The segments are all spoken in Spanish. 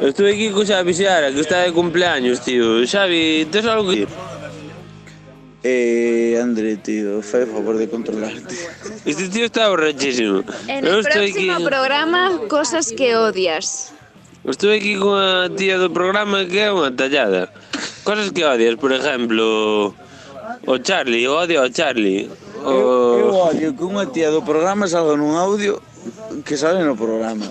estoy aquí con Xavi Seara, que está de cumpleaños, tío. Xavi, ¿tienes algo que decir? Eh, André, tío, fai o favor de controlarte. Este tío está borrachísimo. En Eu el estoy próximo aquí- programa, cosas que odias. Estuve aquí con a tía do programa que é unha tallada. Cosas que odias, por exemplo, o Charlie, o odio ao Charlie. Eu O... odio que unha tía do programa salga nun audio que sale no programa.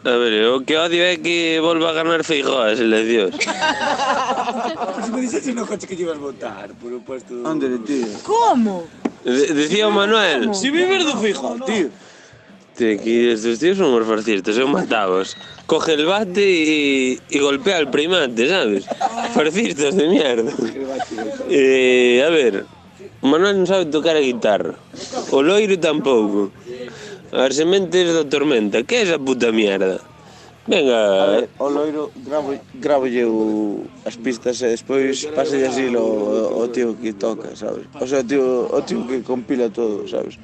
A ver, o que odio é que volva a ganar Feijó as eleccións. Se me dices no coche que llevas votar, por opuesto... André, tío. De decía o Manuel. Si vives do fijo, tío. Te, que estos tíos son unos farcistas, son matavos. Coge el bate y, y golpea al primate, ¿sabes? Farcistas de mierda. Eh, a ver, Manuel no sabe tocar a guitarra. O Loiro tampouco. Arsementes da tormenta, que é esa puta mierda? A Venga, ver, o loiro gravo, gravo eu as pistas e despois pasalle así o, o tío que toca, sabes? O sea, o tío, o tío que compila todo, sabes?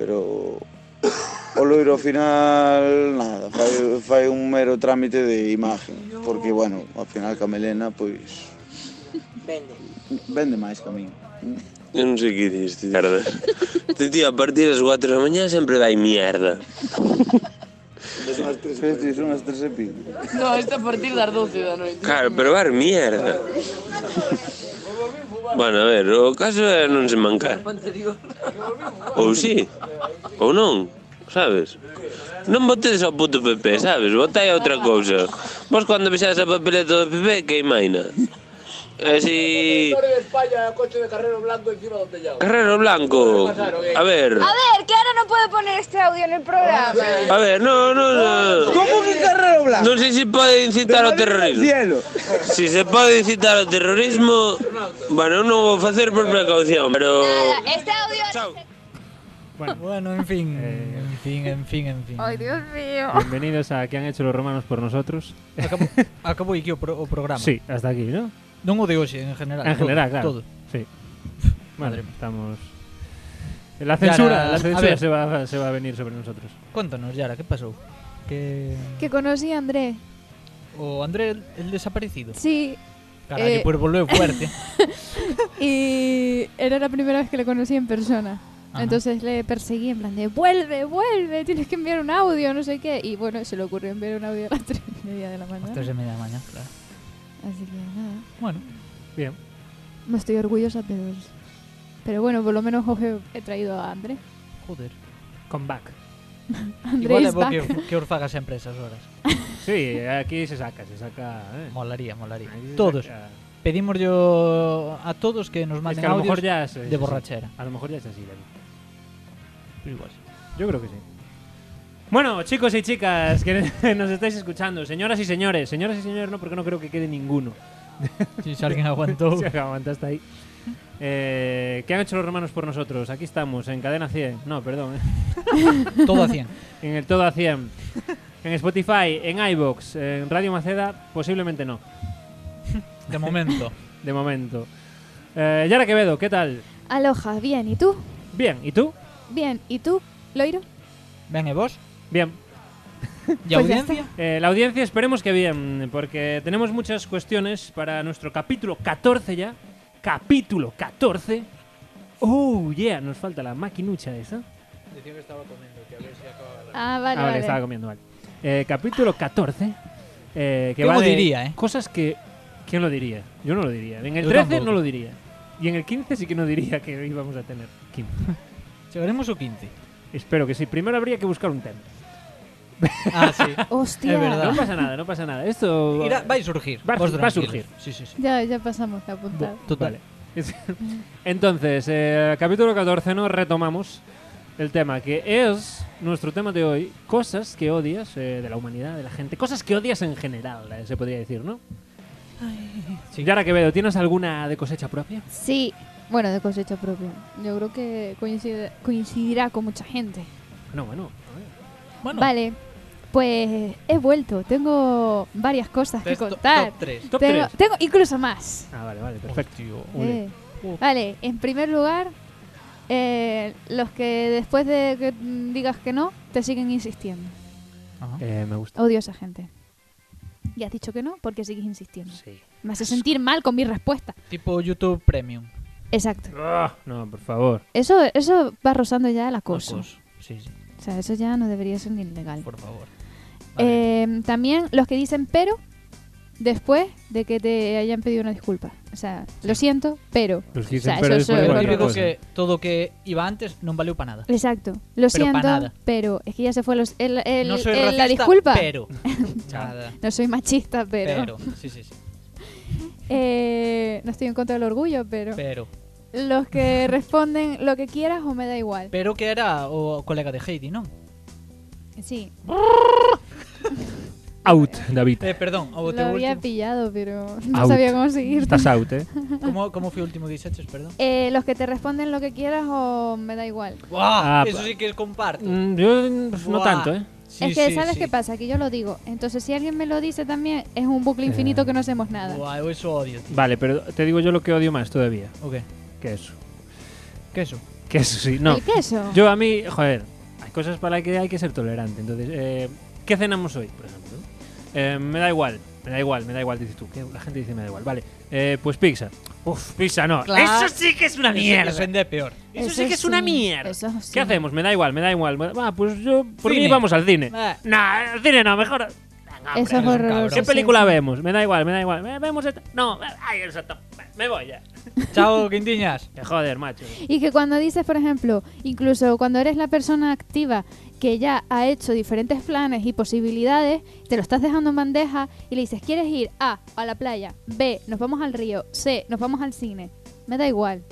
Pero o loiro ao final, nada, fai, fai un mero trámite de imagen, porque, bueno, ao final Camelena, pois... Vende. Vende máis que a min. eu non sei que dis, tío. Mierda. Este tío a partir das 4 da mañá sempre vai mierda. Pero tío, son as tres e pico. No, esto a partir das 12 da noite. Claro, pero bar mierda. bueno, a ver, o caso é non se mancar. Ou sí, ou non, sabes? Non botedes ao puto PP, sabes? Botai a outra cousa. Vos cando vexades a papeleta do PP, queimaina. E si... Carrero Blanco. A ver, A ver, que ahora no puedo poner este audio en el programa. a ver, non, non, non. Como que Carrero Blanco? Non sei se pode incitar ao terrorismo. Cielo. Si se pode incitar ao terrorismo, bueno, eu non vou facer por precaución, pero... Este audio. Chao. Bueno, en fin, Eh, Ah, en fin, en fin, en fin. Ay, Dios mío. Bienvenidos a ¿Qué han hecho los romanos por nosotros? Acabou, acabou aquí o, pro, o programa. Sí, hasta aquí, ¿no? Non o de hoxe, en general. En todo, general, claro. Todo. Sí. Madre Madre mía. estamos. La Yara, censura, a la ver. censura se va, se va a venir sobre nosotros. Cuéntanos, Yara, que pasou? Que... Que conocí a André. O André, el, el desaparecido. Sí, Carallo, Eh. pues volveu fuerte. y era la primera vez que le conocí en persona. Ajá. Entonces le perseguí en plan de vuelve, vuelve, tienes que enviar un audio, no sé qué. Y bueno, se le ocurrió enviar un audio a las tres y media de la mañana. Hasta se me da mañana, claro. Así que nada, Bueno, Bien. no estoy orgullosa, pero. es- Pero bueno, por lo menos os he, he traído a André. joder. Comeback. André Igual é is bo back. que, que os faga sempre esas horas. Sí, aquí se saca, se saca. ¿eh? Molaría, molaría. Aquí se Todos. saca. Pedimos yo a todos que nos Es manden que a lo audios mejor ya es, es de borrachera. A lo mejor ya es así, David. Pero igual sí. Yo creo que sí. Bueno, chicos y chicas que nos estáis escuchando, señoras y señores, señoras y señores, no, porque no creo que quede ninguno. Si alguén aguantou. Se aguanta hasta ahí. Eh, ¿Qué han hecho los romanos por nosotros? Aquí estamos, en cadena 100. No, perdón, eh. todo a 100. en el todo a 100. En Spotify, en iBox, en Radio Maceda, posiblemente no, De momento. de momento. Eh, Yara Quevedo, ¿qué tal? Aloha, bien, ¿y tú? Bien, ¿y tú? Bien, ¿y tú, Loiro? Ben, e vos? Bien. E a Pois ya audiencia? Eh, la audiencia esperemos que bien, porque tenemos muchas cuestiones para nuestro capítulo 14 ya. Capítulo 14. Oh, yeah, nos falta la maquinucha esa. Decía que estaba comendo, que a ver si acaba. Ah, vale, Ah, vale, vale. estaba comiendo, vale. Eh, capítulo 14. eh, que ¿Cómo va de diría, eh? Cosas que. ¿Quién lo diría? Yo no lo diría. En el Yo 13 tampoco. no lo diría. Y en el 15 sí que no diría que íbamos a tener 15. Chegaremos o 15. Espero que sí. Primero habría que buscar un tema. Ah, sí. Hostia. Es verdad. No pasa nada, no pasa nada. Esto. Irá, vai surgir. Va a vos sur- va a tranquilos. Sí, sí, sí. Ya, ya pasamos la punta. Total. Vale. Entonces, eh, capítulo 14 nos retomamos el tema que es nuestro tema de hoy: cosas que odias eh, de la humanidad, de la gente. Cosas que odias en general, eh, se podría decir, ¿no? Y ahora Quevedo, ¿tienes alguna de cosecha propia? Sí, bueno, de cosecha propia. Yo creo que coincide- coincidirá con mucha gente. No, bueno. Ah, Vale, pues he vuelto. Tengo varias cosas que Tres top- contar. top tres. Top tengo, tres. tengo incluso más. Ah, vale, vale, perfecto. Eh, Uh. Vale, en primer lugar, eh, los que después de que mm, digas que no, te siguen insistiendo. Eh, me gusta. Odio a esa gente. Y has dicho que no porque sigues insistiendo. Sí. Me hace sentir mal con mi respuesta. Tipo YouTube Premium. Exacto. Ah, no, por favor. Eso, eso va rozando ya el acoso. Acoso, sí, sí. O sea, eso ya no debería ser ni ilegal. Por favor. Eh, también los que dicen pero después de que te hayan pedido una disculpa. O sea, lo siento, pero. Los que O sea, dicen pero eso después de es Pero cualquier digo cosa. que todo que iba antes no valió para nada. Exacto, lo Pero pa' siento, nada. pero es que ya se fue los, el, el- no soy el- racista, la disculpa. pero. Nada. No soy machista, pero. Pero. Sí, sí, sí. Eh, no estoy en contra del orgullo, pero. Pero. Los que responden lo que quieras o me da igual. Pero que era o colega de Heidi, ¿no? Sí, Out, David. Eh, perdón, o lo te había último. pillado, pero no Out. sabía cómo seguir. Estás out, ¿eh? ¿Cómo, ¿Cómo fue el último que dices, perdón? Eh, los que te responden lo que quieras o me da igual. ¡Buah! Ah, eso pa- sí que es comparto. Mm, Yo pues, no Buah. tanto, ¿eh? Sí, es que, sí, ¿sabes sí. qué pasa? Que yo lo digo. Entonces, si alguien me lo dice también, es un bucle infinito Eh. que no hacemos nada. Buah, eu eso odio, tío. Vale, pero te digo yo lo que odio más todavía. ¿O qué? Que eso. Queso. Que eso sí, no. ¿El queso? Yo a mí, joder, hay cosas para las que hay que ser tolerante. Entonces, eh, ¿qué cenamos hoy, por ejemplo? Eh, me da igual, me da igual, me da igual, dices tú. que La gente dice me da igual. Vale, eh, pues pizza. Uf, pizza no. Claro. Eso sí que es una Eso- mierda. Eso vende peor. Eso sí que es una mierda. Eso sí. ¿Qué hacemos? Me da igual, me da igual. Va, pues yo, por Cine. mí vamos al cine. Ah, No, al cine no, mejor. Venga, hombre, Eso es cabrón. horroroso. ¿Qué sí. película vemos? Me da igual, me da igual. Eh, Vemos esta. No, ay, el santo. Me voy ya. Chao, Quintiñas. Que Joder, macho. Y que cuando dices, por ejemplo, incluso cuando eres la persona activa que ya ha hecho diferentes planes y posibilidades, te lo estás dejando en bandeja y le dices, ¿quieres ir? A, a la playa. B, nos vamos al río. C, nos vamos al cine. Me da igual.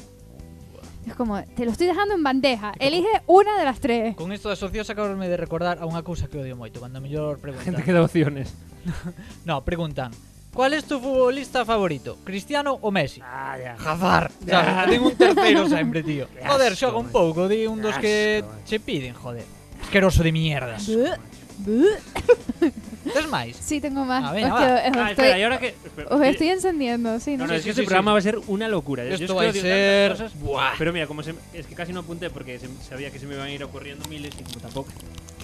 Es como, te lo estoy dejando en bandeja. Elige una de las tres. Con esto asocios acabarme de recordar a unha cousa que odio moito Cando mellor preguntan Gente que da opciones. No, preguntan ¿Cuál es tu futbolista favorito? ¿Cristiano o Messi? Ah, ya. Eh, Jafar Sabes, Ten un terceiro sempre, tío Qué Joder, asco, xoga un macho. pouco Di un Qué dos que asco, macho. che piden, joder Asqueroso de mierdas ¿Eh? Tes máis? Sí, tengo más. Ah, venga, Os quiero- va. os Ah, estoy- espera, y ahora que. espera. Os estoy encendiendo, sí. No, ¿no? no, es Sí, sí, que este sí, programa sí. va a ser una locura. Yo- yo Esto es que va a odio ser... tantas cosas. Buah Pero mira, como se me- es que casi no apunté porque se- sabía que se me iban a ir ocurriendo miles y como tampoco.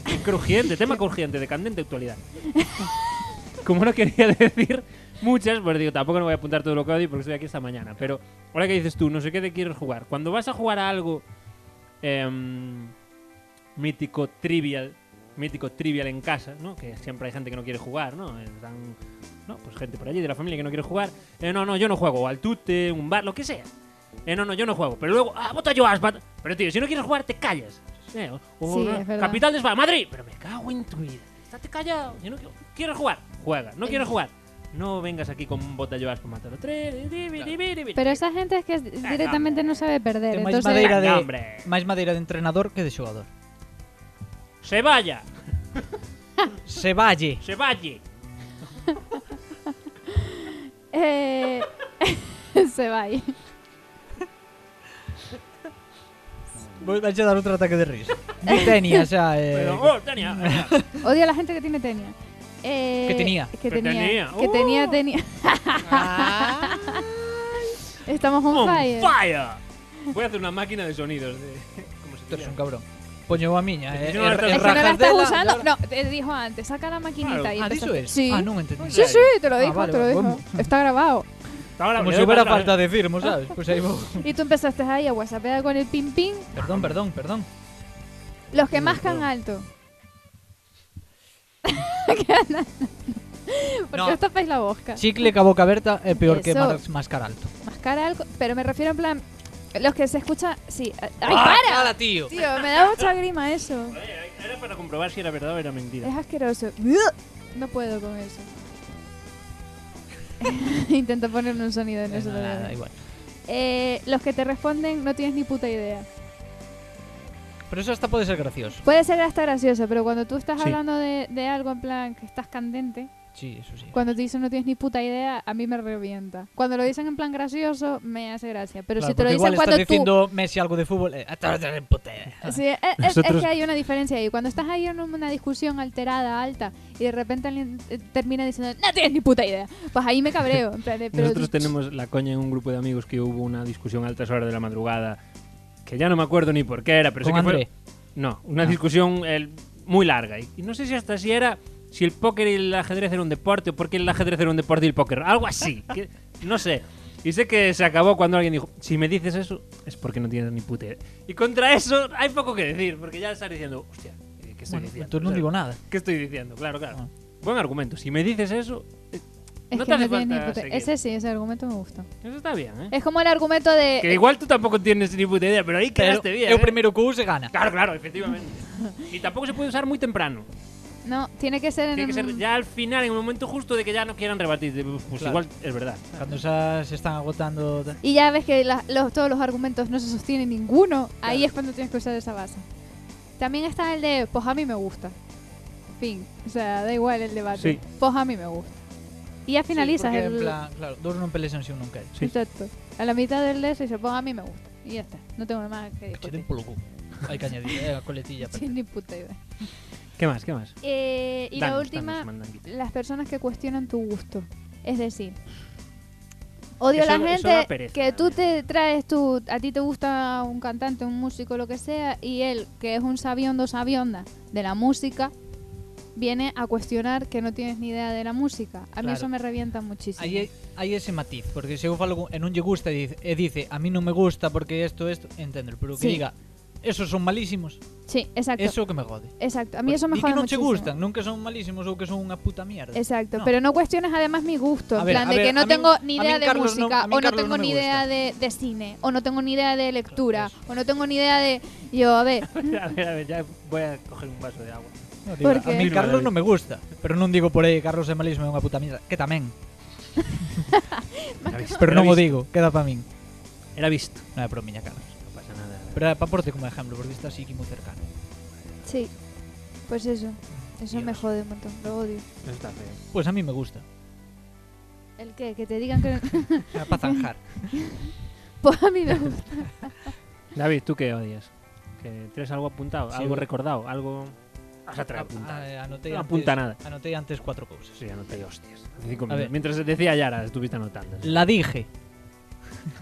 Y Crujiente, tema crujiente, de candente actualidad. Como no quería decir muchas, pues digo, tampoco no voy a apuntar todo lo que odio porque estoy aquí esta mañana. Pero ahora que dices tú, no sé qué te quieres jugar. Cuando vas a jugar a algo em, mítico, trivial, mítico, trivial en casa, ¿no? Que siempre hay gente que no quiere jugar, ¿no? Están, ¿no? Pues gente por allí de la familia que no quiere jugar. Eh, no, no, yo no juego. Al tute, un bar, lo que sea. Eh, no, no, yo no juego. Pero luego, ah, vota yo a Asbat. Pero tío, si no quieres jugar, te callas. Eh, o- o, Sí, no, es verdad. Capital de España, Madrid. Pero me cago en tu vida. Estate callado. Si no qui- quieres jugar, juega. Eh. No quieres jugar. No vengas aquí con bota yo a Asbat matarlo. Tres, divi, divi, divi. Pero este- esa gente es Ah, que directamente no sabe perder. Ten máis Entonces, madeira de Venga, hombre. máis madeira de entrenador que de xogador Se vaya, Se valle se vaya. Eh, se va ahí. Vou a dar outro ataque de risa Vitenia xa eh, Pero, oh, Tania. Odio a la gente que tiene tenia. Eh, Que tenía. Que Que tenía. tenía. Que tenía, tenía. Ah. Estamos on on, fire. fire. Voy a hacer una máquina de sonidos. De, como si Tú eres tuviera- un cabrón. Poño a miña, eh. Si non la eh, estás eh, Es que no la rajas estás dela, usando. yo- No, te dijo antes, saca la maquinita Claro. y Ah, empezó- disso es? Sí. Ah, non entendí. Sí, sí, te lo dijo, vale, te lo dijo. bueno. Está grabado. Ahora Como le si doy hubiera para atrás, falta de firmo, sabes? Pues aí vou. Y tú empezaste ahí a whatsappear con el pim pim. Perdón, perdón, perdón. Los que mascan alto. Que andan- Porque No. os tapáis la boca. Chicle ca boca aberta é peor que Eso. mas- mascar alto. Mascar algo, pero me refiero en plan. Los que se escucha. Sí. Ah. ¡Ay, para! Cala, tío. Tío, me da mucha grima eso. eh. Era para comprobar si era verdad o era mentira. Es asqueroso. No puedo con eso. Intento ponerle un sonido en eso. Nada, todavía. nada, igual. Eh, los que te responden no tienes ni puta idea. Pero eso hasta pode ser gracioso. Puede ser hasta gracioso, pero cuando tú estás Sí. hablando de, de algo en plan que estás candente, Sí, eso sí. Cuando te dicen no tienes ni puta idea, a mí me revienta. Cuando lo dicen en plan gracioso, me hace gracia. Pero Claro, si te lo porque dicen igual cuando estás tú... Ah. diciendo Messi algo de fútbol, eh, hasta ahora tenés puta idea. Sí, es, es- es Nosotros- que hay una diferencia ahí. Cuando estás ahí en una discusión alterada, alta, y de repente alguien eh, termina diciendo, no tienes ni puta idea. Pues ahí me cabreo. en plan de, pero Nosotros tenemos la coña en un grupo de amigos que hubo una discusión a altas horas de la madrugada, que ya no me acuerdo ni por qué era, pero sé Con que André. fue... No, una Ah. discusión el- muy larga. Y, y no sé si hasta si era si el póker y el ajedrez era un deporte o por qué el ajedrez era un deporte y el póker. Algo así. que- no sé. Y sé que se acabó cuando alguien dijo, si me dices eso, es porque no tienes ni puta idea. Y contra eso hay poco que decir, porque ya estás diciendo, hostia, eh, ¿qué estoy Bueno, diciendo? entonces no ¿Sabes? digo nada. ¿Qué estoy diciendo? Claro, claro. Ah. Buen argumento. Si me dices eso, eh, Es no que te hace no tienes ni falta puta- seguir. Ese sí, ese argumento me gusta. Eso está bien, ¿eh? Es como el argumento de... Que igual tú tampoco tienes ni puta idea, pero ahí Pero quedaste bien. eu ¿eh? primeiro que use gana. Claro, claro, efectivamente. Y tampoco se puede usar muy temprano. eh, No, tiene que ser en... Tiene que ser un- ya al final, en un momento justo de que ya no quieran rebatir. De, Pues pues Claro. igual es verdad. Cando xa se están agotando... ta- Y ya ves que la- los, todos los argumentos no se sostienen ninguno. Ahí es cuando tienes que usar esa base. También está el de, pues a mí me gusta. Fin. O sea, da igual el debate. Sí. Pues a mí me gusta. Y ya finalizas sí, porque, el... En plan, claro, dos non pelexan se un non quere. Sí. Exacto. A la mitad del de eso y se ponga a mí me gusta. Y ya está. No tengo nada más que Que che den discutir. polo cu. Hai que añadir, é a coletilla. Sí, ni puta idea. ¿Qué más? ¿Qué más? Eh, y la Danos, última, danos, mandanguita. las personas que cuestionan tu gusto. Es decir, odio Eso- a eso la da gente pereza, que tú Dani. te traes tu, a ti te gusta un cantante, un músico, lo que sea, y él, que es un sabiondo sabionda de la música, viene a cuestionar que no tienes ni idea de la música. A mí Claro. eso me revienta muchísimo. Aí é- aí ese matiz, porque se eu falo con- e non lle gusta e dice, e dice a mí non me gusta porque isto, isto, entendo, pero que Sí. diga, esos son malísimos, Sí, exacto. eso que me jode. exacto. A mí eso me Di jode que non che muchísimo. gustan, non que son malísimos ou que son unha puta mierda. Exacto, No. pero no cuestiones además mi gusto, A en ver, a plan de ver, que no a mí- tengo a mí ni idea de Carlos no- a música, mí o no Carlos tengo no me ni gusta. idea de, de cine, o no tengo ni idea de lectura, o no tengo ni idea de... Yo, a ver, a ver, a ver, ya voy a coger un vaso de agua. No, digo, Porque- A mí Continúa, Carlos David. non me gusta, pero non digo por aí Carlos é malísimo é unha puta mierda, que tamén, Era visto, pero era non o visto, digo, queda para min. Era visto. Non é para miña Carlos. No pasa nada. Pero é para porte como exemplo, porque está así que moi cercano. sí, pues eso, eso me Dios. jode un montón, lo odio. Eso está feo. Pois a mí me gusta, ¿El qué? Que te digan que... é para zanjar. pues a mí me gusta. David, ¿tú qué odias? ¿Que ¿Tienes algo apuntado? Sí. ¿Algo recordado? ¿Algo...? Has Ah, atrás apuntado. eh, anotei No antes- apunta nada. Anotei antes cuatro cousas. Sí, anoté hostias. Hace cinco A ver. minutos. Mientras decía Yara, estuviste anotando. La dije.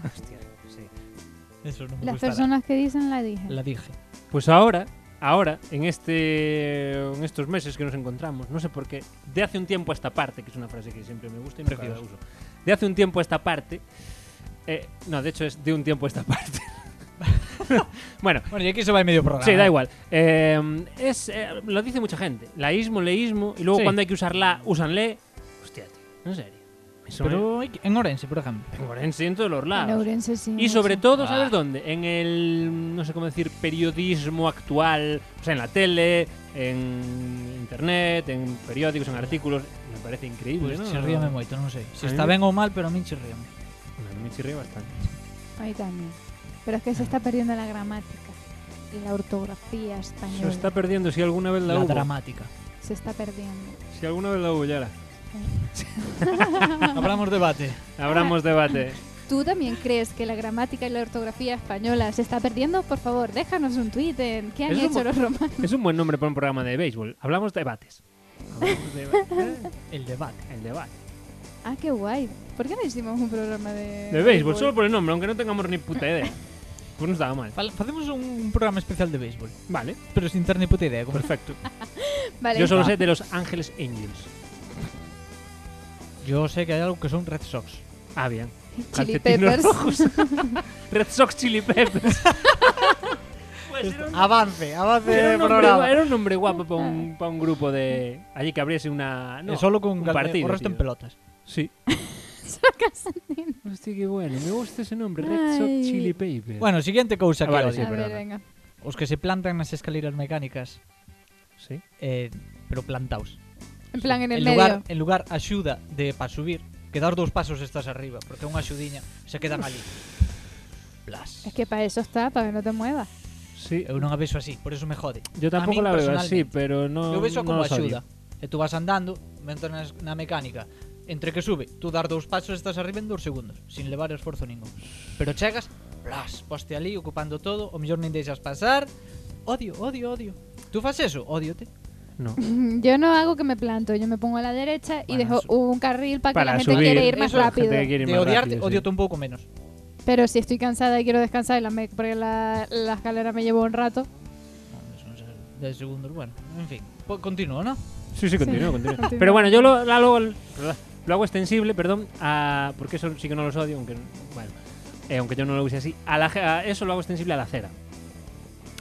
Hostia, sí. Eso non me Las gustará. personas que dicen la dije. La dije. Pues ahora, ahora, en este, en estos meses que nos encontramos, no sé por qué, de hace un tiempo a esta parte, que es una frase que siempre me gusta y nunca la Precioso. uso, de hace un tiempo a esta parte, eh, no, de hecho es de un tiempo a esta parte. bueno, Bueno, y aquí se va el medio programa. sí, da igual. Eh, es, eh, lo dice mucha gente, laísmo, leísmo, y luego Sí. cuando hay que usar la, usan le. Hostia, tío, en serio. Eso Pero hay que- en Orense, por ejemplo. me- en Orense y en todos los En lados. Ourense sí. Y mucho. sobre todo, Ah. ¿sabes dónde? En el, no sé cómo decir, periodismo actual, o sea, en la tele, en internet, en periódicos, en artículos. Me parece increíble, ¿no? Pues chirríame moito, non sei. Se A mí está me- ben ou mal, pero a min chirríame. Bueno, me chirría bastante. A mí también. Pero es que se está perdiendo la gramática y la ortografía Se española. está perdiendo, si alguna vez la, La hubo. dramática. Se está perdiendo. Si alguna vez la hubo, Yara. Hablamos debate. Abramos debate. ¿Tú también crees que la gramática y la ortografía española se está perdiendo? Por favor, déjanos un tuit en qué han Eso es hecho un- los romanos. es un buen nombre para un programa de béisbol. Hablamos debates. Hablamos de eh, El debate. El debate. Ah, qué guay. ¿Por qué no hicimos un programa de... De béisbol, solo por el nombre, aunque no tengamos ni puta idea. Pues no estaba mal. Fal- Facemos un programa especial de béisbol, Vale, pero sin ter ni puta idea. Como... perfecto. Vale, Yo solo sé de los Ángeles Angels. Yo sé que hay algo que son Red Sox. Ah, bien. Chili Calcetines Peppers. rojos. Red Sox Chili Peppers. Pues era un- Avance, avance era del un nombre programa. gua- era un nombre guapo Ah. para un, pa' un grupo de. Allí que abriese una. No, Eh, solo con un gal- eh, partido. correos en tío. pelotas. Sí. Hostia, qué bueno. Me gusta ese nombre. Red Ay. Sox Chili Peppers. Bueno, siguiente cousa Ah, que vale, odio. sí, a ver, perdona. venga. Os que se plantan nas escaleiras mecánicas, Sí. eh, pero plantaos. En plan, en el en medio. lugar, en lugar axuda de para subir, que dar dous pasos estás arriba, porque unha axudiña se quedan ali. Blas. Es que para eso está, para que no te muevas. Sí. Eu non a vexo así, por eso me jode. Yo A tampoco min la veo así, personalmente. pero no. Eu vexo no como los odio. axuda. E tú vas andando, meto na, na mecánica Entre que sube, tú dar dous pasos estás arriba en dous segundos Sin levar esforzo ningún Pero chegas, plas, poste ali ocupando todo O mellor nin deixas pasar Odio, odio, odio Tú fas eso, odiote No. Yo no hago que me planto, yo me pongo a la derecha y Bueno, dejo eso- un carril para que para la gente subir. quiera ir más Eso es gente rápido. Te quiere ir De más odiarte, rápido, sí. odiote un pouco menos Pero si estoy cansada y quiero descansar y la me- porque la, la escalera me llevó un rato, Vamos, non sei, 10 segundos, bueno, en fin Po- Continúo, ¿no? Sí, sí, continúa, continúa. continúa. Pero bueno, yo lo, la hago, lo hago extensible, perdón, a, porque eso sí que no los odio, aunque, bueno, eh, aunque yo no lo use así. A la, ge- a eso lo hago extensible a la acera.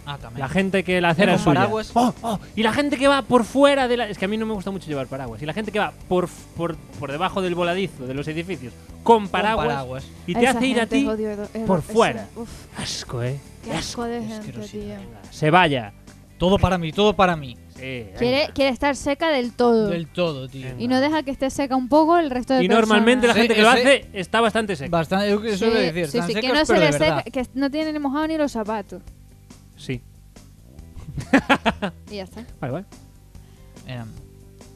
Ah, tamén La gente que la acera Con es suya. paraguas. Oh, oh, y la gente que va por fuera de la... Es que a mí no me gusta mucho llevar paraguas. Y la gente que va por, f- por, por debajo del voladizo de los edificios con Con paraguas, paraguas. y a te esa hace ir a gente ti... odio, odio, odio, por eso, fuera. uf, Asco, eh. qué asco de gente, tío. asquerosidad. Se vaya. Todo para mí, todo para mí Sí, Quiere, quiere estar seca del todo. Del todo, tío Venga. Y no deja que esté seca un poco el resto de Y normalmente la Sí, gente que lo ese- hace está bastante seca. Bastante, eu- eso iba a decir, sí, tan sí, que secas, no se pero de le seca, verdad. que no tiene ni mojado ni los zapatos. Sí. Y ya está. Vale, vale. Em,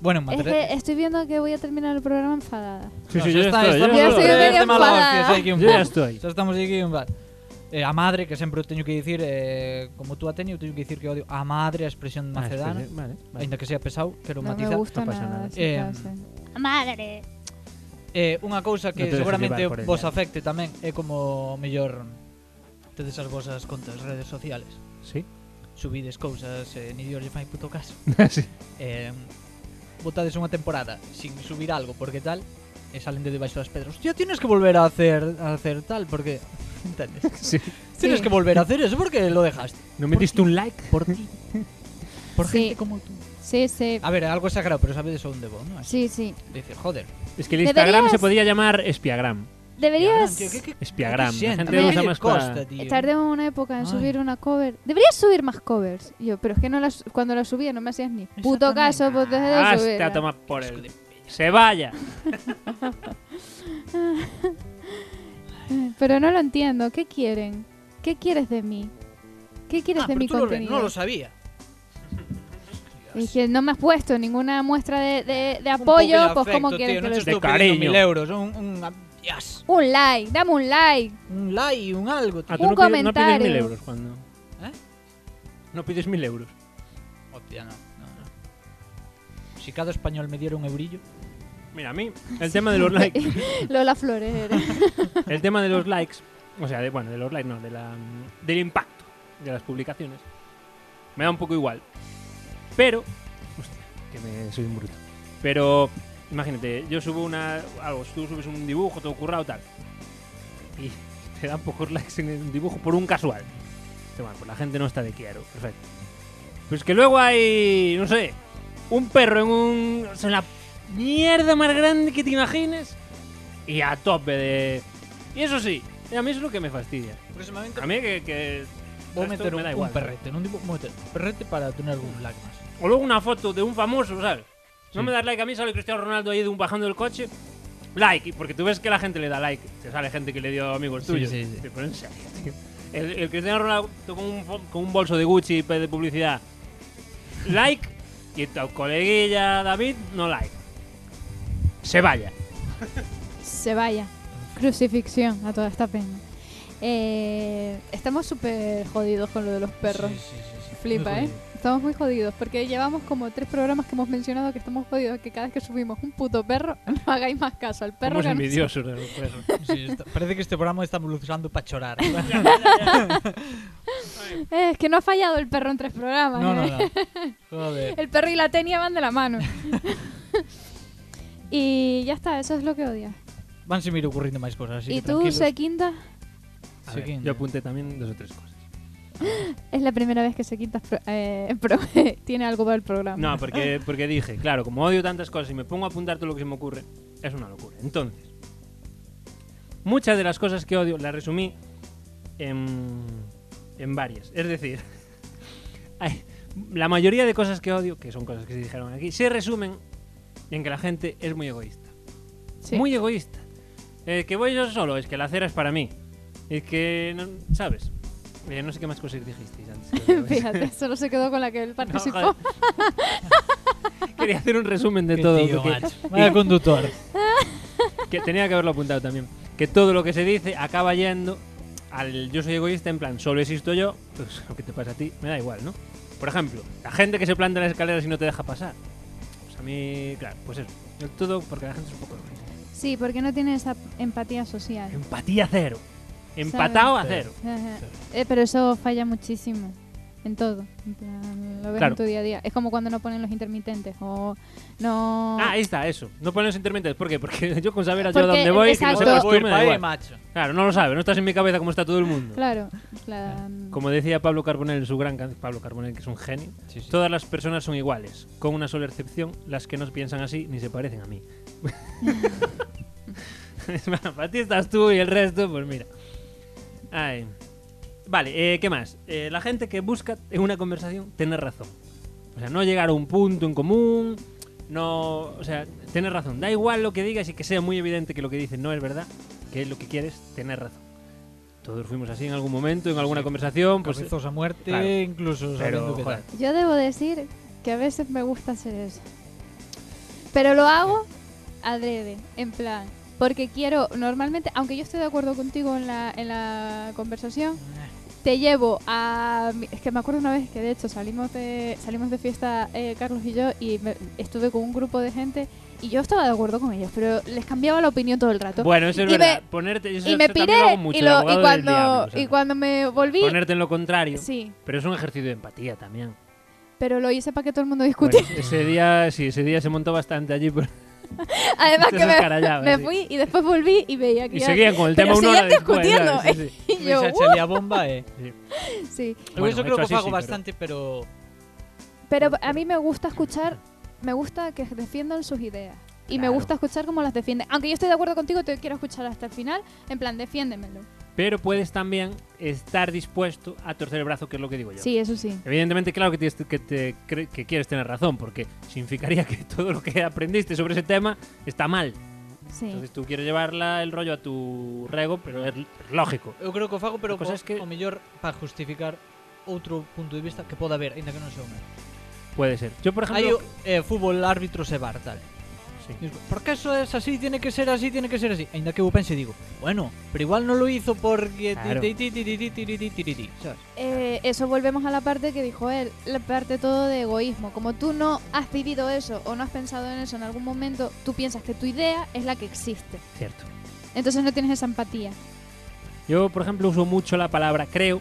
bueno, en Es materia... que estoy viendo que voy a terminar el programa enfadada. Sí, No, sí, xa yo ya está, estoy. estamos ya Yo los soy estoy. de tres de mala enfadada. hostia, aquí un Yo ya pouco. estoy. Xa estamos aquí en bar. Eh, a madre, que sempre o teño que dicir, eh, como tú a teño, teño que dicir que odio a madre, a expresión Ah, macedana, espera, Vale, vale. ainda que sea pesado, quero No me matizar. gusta pasa nada. nada. esa Eh, frase. Madre. Eh, unha cousa No que te dejes seguramente llevar por el vos diálogo. afecte tamén é como mellor tedes as vosas contas redes sociales. Sí. Subides cousas, eh, ni Dios lle fai puto caso. sí. eh, botades unha temporada sin subir algo porque tal e salen de debaixo das pedras. Hostia, tienes que volver a hacer a hacer tal porque entendes? Sí. Tienes que volver a hacer eso porque lo dejaste No me diste un like. por ti. Por Sí. gente como tú. Sí, sí. A ver, algo sagrado, pero sabedes onde vou, non? Sí, sí. Dice, joder. Es que el Deberías- Instagram se podía llamar Espiagram. Deberías. Espiagram. La siento, gente ¿qué lo usa le más costa, para... tío? Tardé una época en Ay. subir una cover. Deberías subir más covers. Y Yo, pero es que no las, cuando las subía no me hacías ni puto Exactamente. caso, pues dejé Ah, de subir. Hasta tomar por él. Se vaya. Mm, Pero no lo entiendo. ¿Qué quieren? ¿Qué quieres de mí? ¿Qué quieres Ah, de pero mi tú lo ves, contenido? no lo sabía. Es que no me has puesto ninguna muestra de, de- de Un poco de apoyo, pues afecto, como tío, quieres que no lo te De estoy cariño. pidiendo mil euros, un, un, yes, Un like, dame un like. un like, un algo, tío. Ah, tú Un no, pides- no pides comentario. mil euros cuando... ¿Eh? No pides mil euros. Hostia, no, no, no. Si cada español me diera un eurillo, Mira, a mí el tema de los likes... Lola Flores. era. El tema de los likes, o sea, de, bueno, de los likes no, de la, mm, del impacto de las publicaciones, me da un poco igual. Pero, hostia, que me, soy un bruto. Pero, imagínate, yo subo una, algo, tú subes un dibujo, todo currado, tal, y te dan pocos likes en el dibujo por un casual. Dice, Bueno, pues la gente no está de quiero, perfecto. Pues que luego hay, no sé, un perro en un. O sea, la mierda más grande que te imagines. Y a tope de. Y eso sí, a mí eso es lo que me fastidia. próximamente A mí que. que voy a esto meter me un, da un igual. perrete, no digo meter perrete para tener un like más. O luego una foto de un famoso, ¿sabes? No Sí. me das like a mí, sale Cristiano Ronaldo ahí de un, bajando del coche. Like, y porque tú ves que la gente le da like. Te sale gente que le dio amigos Sí, tuyos. sí, sí. Pero en serio, tío. El, el Cristiano Ronaldo con un, fo- con un bolso de Gucci pe- de publicidad. Like. y tu coleguilla David, no like. Se vaya. Se vaya. Crucifixión a toda esta peña. Eh, estamos súper jodidos con lo de los perros. Sí, sí, sí, sí. Muy Flipa, ¿eh? jodido. Estamos muy jodidos porque llevamos como tres programas que hemos mencionado que estamos jodidos, que cada vez que subimos un puto perro, no hagáis más caso al perro. Somos que no- envidiosos de los perros. Sí, está- parece que este programa está evolucionando para chorar. Eh, es que no ha fallado el perro en tres programas. no, no, ¿eh? no. Joder. El perro y la tenia van de la mano. y ya está, eso es lo que odia. Van se me ir ocurriendo máis cosas, así ¿Y que tú, tranquilos. Sequinda? A Sí, ver, ¿quién? yo apunté también dos o tres cosas. Es la primera vez que Sequinda pro- eh, pro- tiene algo para el programa. No, porque, porque dije, claro, como odio tantas cosas y me pongo a apuntar todo lo que se me ocurre, es una locura. Entonces, muchas de las cosas que odio las resumí en, en varias. Es decir, hay- la mayoría de cosas que odio, que son cosas que se dijeron aquí, se resumen en que la gente es muy egoísta. Sí. Muy egoísta. Eh, que voy yo solo, es que la acera es para mí. Es que, no- ¿sabes? Eh, no sé qué más cosas dijisteis antes. Fíjate, solo se quedó con la que él No, participó. joder. Quería hacer un resumen de Qué todo. tío, porque- macho. Vaya conductor. que tenía que haberlo apuntado también. Que todo lo que se dice acaba yendo al yo soy egoísta, en plan, solo existo yo, pues lo que te pasa a ti me da igual, ¿no? Por ejemplo, la gente que se planta en las escaleras y no te deja pasar. Pues a mí, claro, pues eso. Yo todo porque la gente es un poco egoísta. Sí, porque no tiene esa empatía social. Empatía cero. Empatado a Cero. cero. Ajá. Eh, pero eso falla muchísimo en todo. En plan, lo ves Claro. en tu día a día. Es como cuando no ponen los intermitentes o no. Ah, ahí está, eso. No ponen los intermitentes. ¿Por qué? Porque yo con saber a yo a Porque, dónde voy, que no exacto. sepas tú, Voy me da para ahí, igual. macho. Claro, no lo sabe, no estás en mi cabeza como está todo el mundo. Claro. la- Como decía Pablo Carbonell en su gran canción, Pablo Carbonell que es un genio, Sí, sí. Todas las personas son iguales, con una sola excepción, las que no piensan así ni se parecen a mí. Para ti estás tú y el resto, pues mira. Ay. Vale, eh, ¿qué más? Eh, la gente que busca en una conversación tener razón. O sea, no llegar a un punto en común, no... O sea, tener razón. Da igual lo que digas y que sea muy evidente que lo que dices no es verdad, que es lo que quieres, tener razón. Todos fuimos así en algún momento, en alguna Sí. conversación, pues... Cabezos a muerte, claro. incluso sabiendo Pero, que joder, tal. Yo debo decir que a veces me gusta hacer eso. Pero lo hago adrede, en plan. Porque quiero, normalmente, aunque yo estoy de acuerdo contigo en la, en la conversación, te llevo a... mi- Es que me acuerdo una vez que de hecho salimos de, salimos de fiesta eh, Carlos y yo y me- estuve con un grupo de gente y yo estaba de acuerdo con ellos, pero les cambiaba la opinión todo el rato. Bueno, eso es Y me- verdad. Ponerte, eso- y me eso también lo piré hago mucho, y, el lo- y abogado del cuando, diablo, o sea, y cuando me volví... Ponerte en lo contrario. Sí, Pero es un ejercicio de empatía también. pero lo hice para que todo el mundo Bueno, discutiera. ese día, sí, ese día se montó bastante allí. Pero Además te que me, descarallabas, me sí. fui y después volví y veía que Y ya- seguían con el Pero tema una hora seguían después. discutiendo, ¿sabes? Sí, sí. y yo, Me echa la bomba, eh. sí. Bueno, eso hecho creo que así, hago sí, pero- bastante, pero... Pero a mí me gusta escuchar, me gusta que defiendan sus ideas. Y Claro. me gusta escuchar cómo las defienden. Aunque yo estoy de acuerdo contigo, te quiero escuchar hasta el final. En plan, defiéndemelo. Pero puedes también estar dispuesto a torcer el brazo, que es lo que digo yo. Sí, eso sí. Evidentemente, claro que, tienes que, te cre- que quieres tener razón, porque significaría que todo lo que aprendiste sobre ese tema está mal. Sí. Entonces tú quieres llevarla el rollo a tu rego, pero es l- lógico. Eu creo que o fago, pero A cosa po- es que- o mellor para justificar outro punto de vista que poda haber, ainda que non sea o meu. Puede ser. Yo, por Hai ejemplo, o- eh, fútbol, árbitros e bar, tal. Sí. Dices, Por que eso es así, tiene que ser así, tiene que ser así. Ainda que eu pense e digo, bueno, pero igual non lo hizo porque... ti, Claro. ti, ti, ti, ti, ti, ti, ti, ti, ti, ti", sabes? Eh, eso volvemos a la parte que dijo él, la parte todo de egoísmo. Como tú no has vivido eso o no has pensado en eso en algún momento, tú piensas que tu idea es la que existe. cierto. Entonces no tienes esa empatía. Yo, por ejemplo, uso mucho la palabra creo.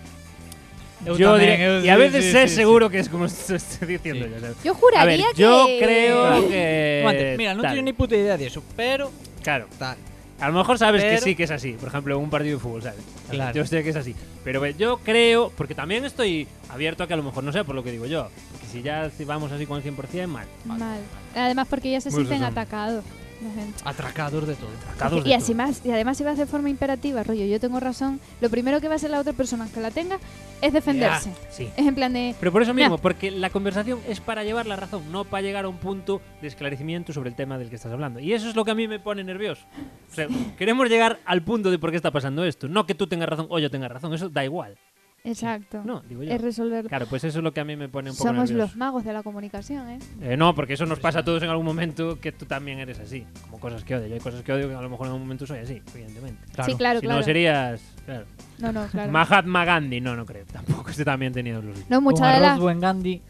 Eu Yo tamén, diré- eu- y a sí, veces sí, es sí, seguro que es como estoy diciendo yo, Sí. ¿sabes? Yo A ver, juraría que... yo creo que. sí. Ah, Aguante, Mira, non tal. teño ni puta idea de eso, pero... Claro, Tal. a lo mejor sabes que Pero- sí que es así. Por ejemplo, en un partido de fútbol, ¿sabes? O sea, Claro. Yo sé que es así. Pero ve, yo creo, porque también estoy abierto a que a lo mejor no sea por lo que digo yo. Porque si ya vamos así con el 100%, mal. Mal. Además porque ya se Pues sienten eso. atacados la gente. Atracador de todo. Atacados de Y, todo. así más, y además si vas de forma imperativa, rollo, yo tengo razón, lo primero que va a hacer la otra persona que la tenga es defenderse. Sí. Es en plan de... Pero por eso Mira. mismo, porque la conversación es para llevar la razón, no para llegar a un punto de esclarecimiento sobre el tema del que estás hablando. Y eso es lo que a mí me pone nervioso. O sea, queremos llegar al punto de por qué está pasando esto. No que tú tengas razón o yo tenga razón, eso da igual. Exacto. No, digo yo. Es resolverlo. Claro, pues eso es lo que a mí me pone un poco Somos los nervioso. magos de la comunicación, ¿eh? Eh, no, porque eso nos pasa a todos en algún momento que tú también eres así. Como cosas que odio. Yo hay cosas que odio que a lo mejor en algún momento soy así, evidentemente. Sí, claro, si claro. no serías. claro. No, no, claro. Mahatma Gandhi, no, no creo. Tampoco este también tenía los suyos. no, Con mucha de arroz las... buen Gandhi,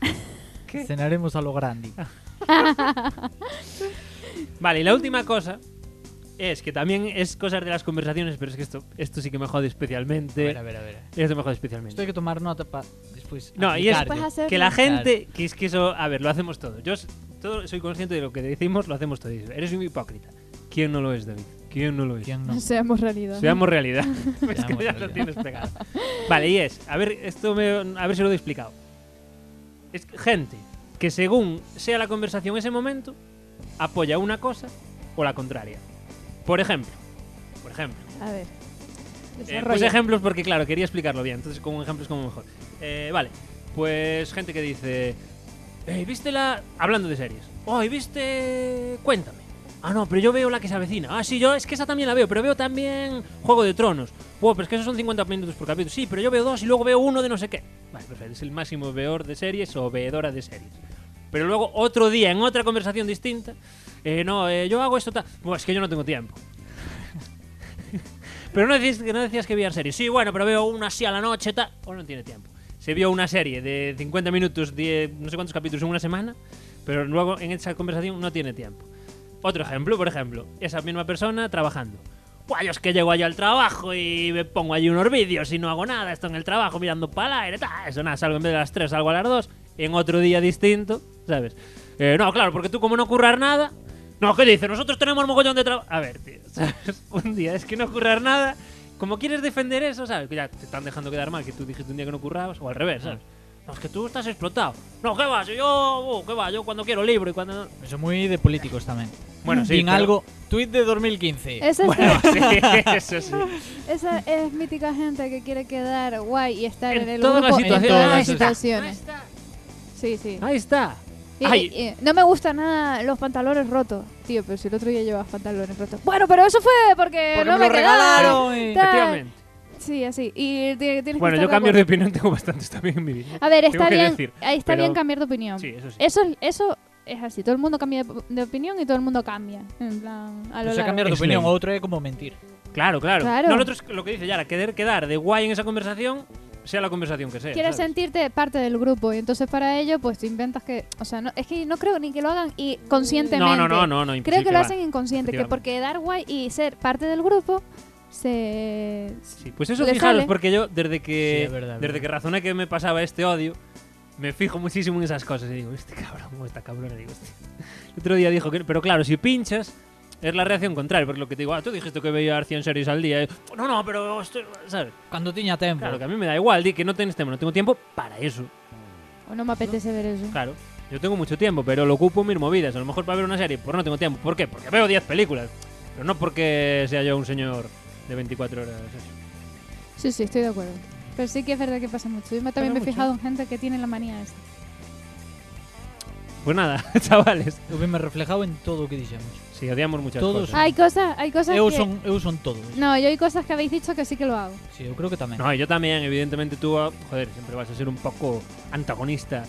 cenaremos a lo grande. Vale, y la última cosa es que también es cosas de las conversaciones, pero es que esto, esto sí que me jode especialmente. A ver, a ver, a ver. Esto me jode especialmente. Isto hai que tomar nota para despois No, y es Después aplicarlo. hacer- que la Claro. gente, que es que eso, a ver, lo hacemos todo. Yo s- todo, soy consciente de lo que decimos, lo hacemos todo. Eres un hipócrita. ¿Quién no lo es, David? ¿Quién no lo es? ¿Quién no? Seamos realidad. Seamos realidad. es que Seamos ya lo realidad. tienes pegado. Vale, y es, a ver, esto me, a ver si lo he explicado. Es que gente que según sea la conversación ese momento, apoya una cosa o la contraria. Por ejemplo, por ejemplo. A ver. Eh, desarrolla. pues ejemplos porque, claro, quería explicarlo bien. Entonces, con ejemplos como mejor. Eh, vale, pues gente que dice... "Ey, ¿Viste la...? Hablando de series. Oh, ¿y viste...? Cuéntame. Ah, no, pero yo veo la que se avecina. Ah, sí, yo es que esa también la veo, pero veo también Juego de Tronos. Wow, pero es que esos son 50 minutos por capítulo. Sí, pues pero yo veo dos y luego veo uno de no sé qué. Vale, perfecto. Es el máximo veor de series o veedora de series. Pero luego otro día, en otra conversación distinta, eh, no, eh, yo hago esto tal. Bueno, es que yo no tengo tiempo. pero no decías, que no decías que veías series. Sí, bueno, pero veo una así a la noche tal. O no tiene tiempo. Se vio una serie de 50 minutos, 10, no sé cuántos capítulos en una semana, pero luego en esa conversación no tiene tiempo. Otro ejemplo, por ejemplo, esa misma persona trabajando. Buah, yo es que llego allá al trabajo y me pongo allí unos vídeos y no hago nada, estoy en el trabajo mirando para el aire, ta, eso nada, salgo en vez de las 3, salgo a las 2, en otro día distinto, ¿sabes? Eh, no, claro, porque tú como no currar nada... No, ¿qué dices? Nosotros tenemos mogollón de trabajo... A ver, tío, ¿sabes? Un día es que no currar nada, como quieres defender eso, ¿sabes? Que ya te están dejando quedar mal, que tú dijiste un día que no currabas, o al revés, ¿sabes? No, es que tú estás explotado. No, ¿qué vas? Yo, uh, ¿qué va? Yo cuando quiero libro y cuando no... Eso es muy de políticos también. Bueno, sí, Sin pero- algo. Tweet de 2015. Esa es, Bueno, sí, eso sí. esa es mítica gente que quiere quedar guay y estar En en, el todas las Ah, grupo en situaciones. todas Ahí las está. situaciones. Sí, sí. Ahí está. Y- Ay. y- no me gustan nada los pantalones rotos. Tío, pero si el otro día llevabas pantalones rotos. Bueno, pero eso fue porque, Porque no me me, lo quedaron. regalaron. y- Tal. Efectivamente. Sí, así. Y ti- tienes que Bueno, estar yo cambio de acuerdo. opinión, tengo bastantes también en mi vida. Eh, A ver, está tengo que bien, decir, ahí está pero- bien cambiar de opinión. Sí, eso sí. Eso, es- eso es así. Todo el mundo cambia de, de opinión y todo el mundo cambia. En plan, a lo O sea, largo. cambiar de Es opinión. ley. Otro es como mentir. Claro, claro. Claro. No, lo otro es lo que dice Yara, querer quedar de guay en esa conversación, sea la conversación que sea. Quieres ¿sabes? sentirte parte del grupo y entonces para ello pues te inventas que, o sea, no, es que no creo ni que lo hagan y No, conscientemente. no, no, no, no. Creo imposible, que lo va. hacen inconsciente, que Efectivamente. porque dar guay y ser parte del grupo se Sí, pues eso Le fijaros, sale. porque yo desde Sí, que es verdad, es desde verdad. que razoné que me pasaba este odio, me fijo muchísimo en esas cosas y digo, este cabrón o esta cabrona, digo, "Hostia". El otro día dijo que, pero claro, si pinchas es la reacción contraria, porque lo que te digo, ah, tú dijiste que veía 100 series al día, eh, no, no, pero esto, ¿sabes? Cuando tiña tiempo. Claro, que a mí me da igual, di que no tienes tiempo, no tengo tiempo para eso. o no me apetece ver eso. Claro, yo tengo mucho tiempo, pero lo ocupo en mis movidas. A lo mejor para ver una serie, pues no tengo tiempo. ¿Por qué? Porque veo 10 películas. Pero no porque sea yo un señor de 24 horas. Sí, sí, estoy de acuerdo. Pero sí que es verdad que pasa mucho. Yo me- también me he mucho. fijado en gente que tiene la manía esta. Pues nada, chavales. Eu me reflejado en todo o que dixemos. Sí, odiamos muchas Todos. cosas. Hay cosas, hay cosas Eu que son, eu son todos. No, yo hay cosas que habéis dicho que sí que lo hago. Sí, eu creo que tamén. No, y yo también, evidentemente tú, ah, joder, siempre vas a ser un poco antagonista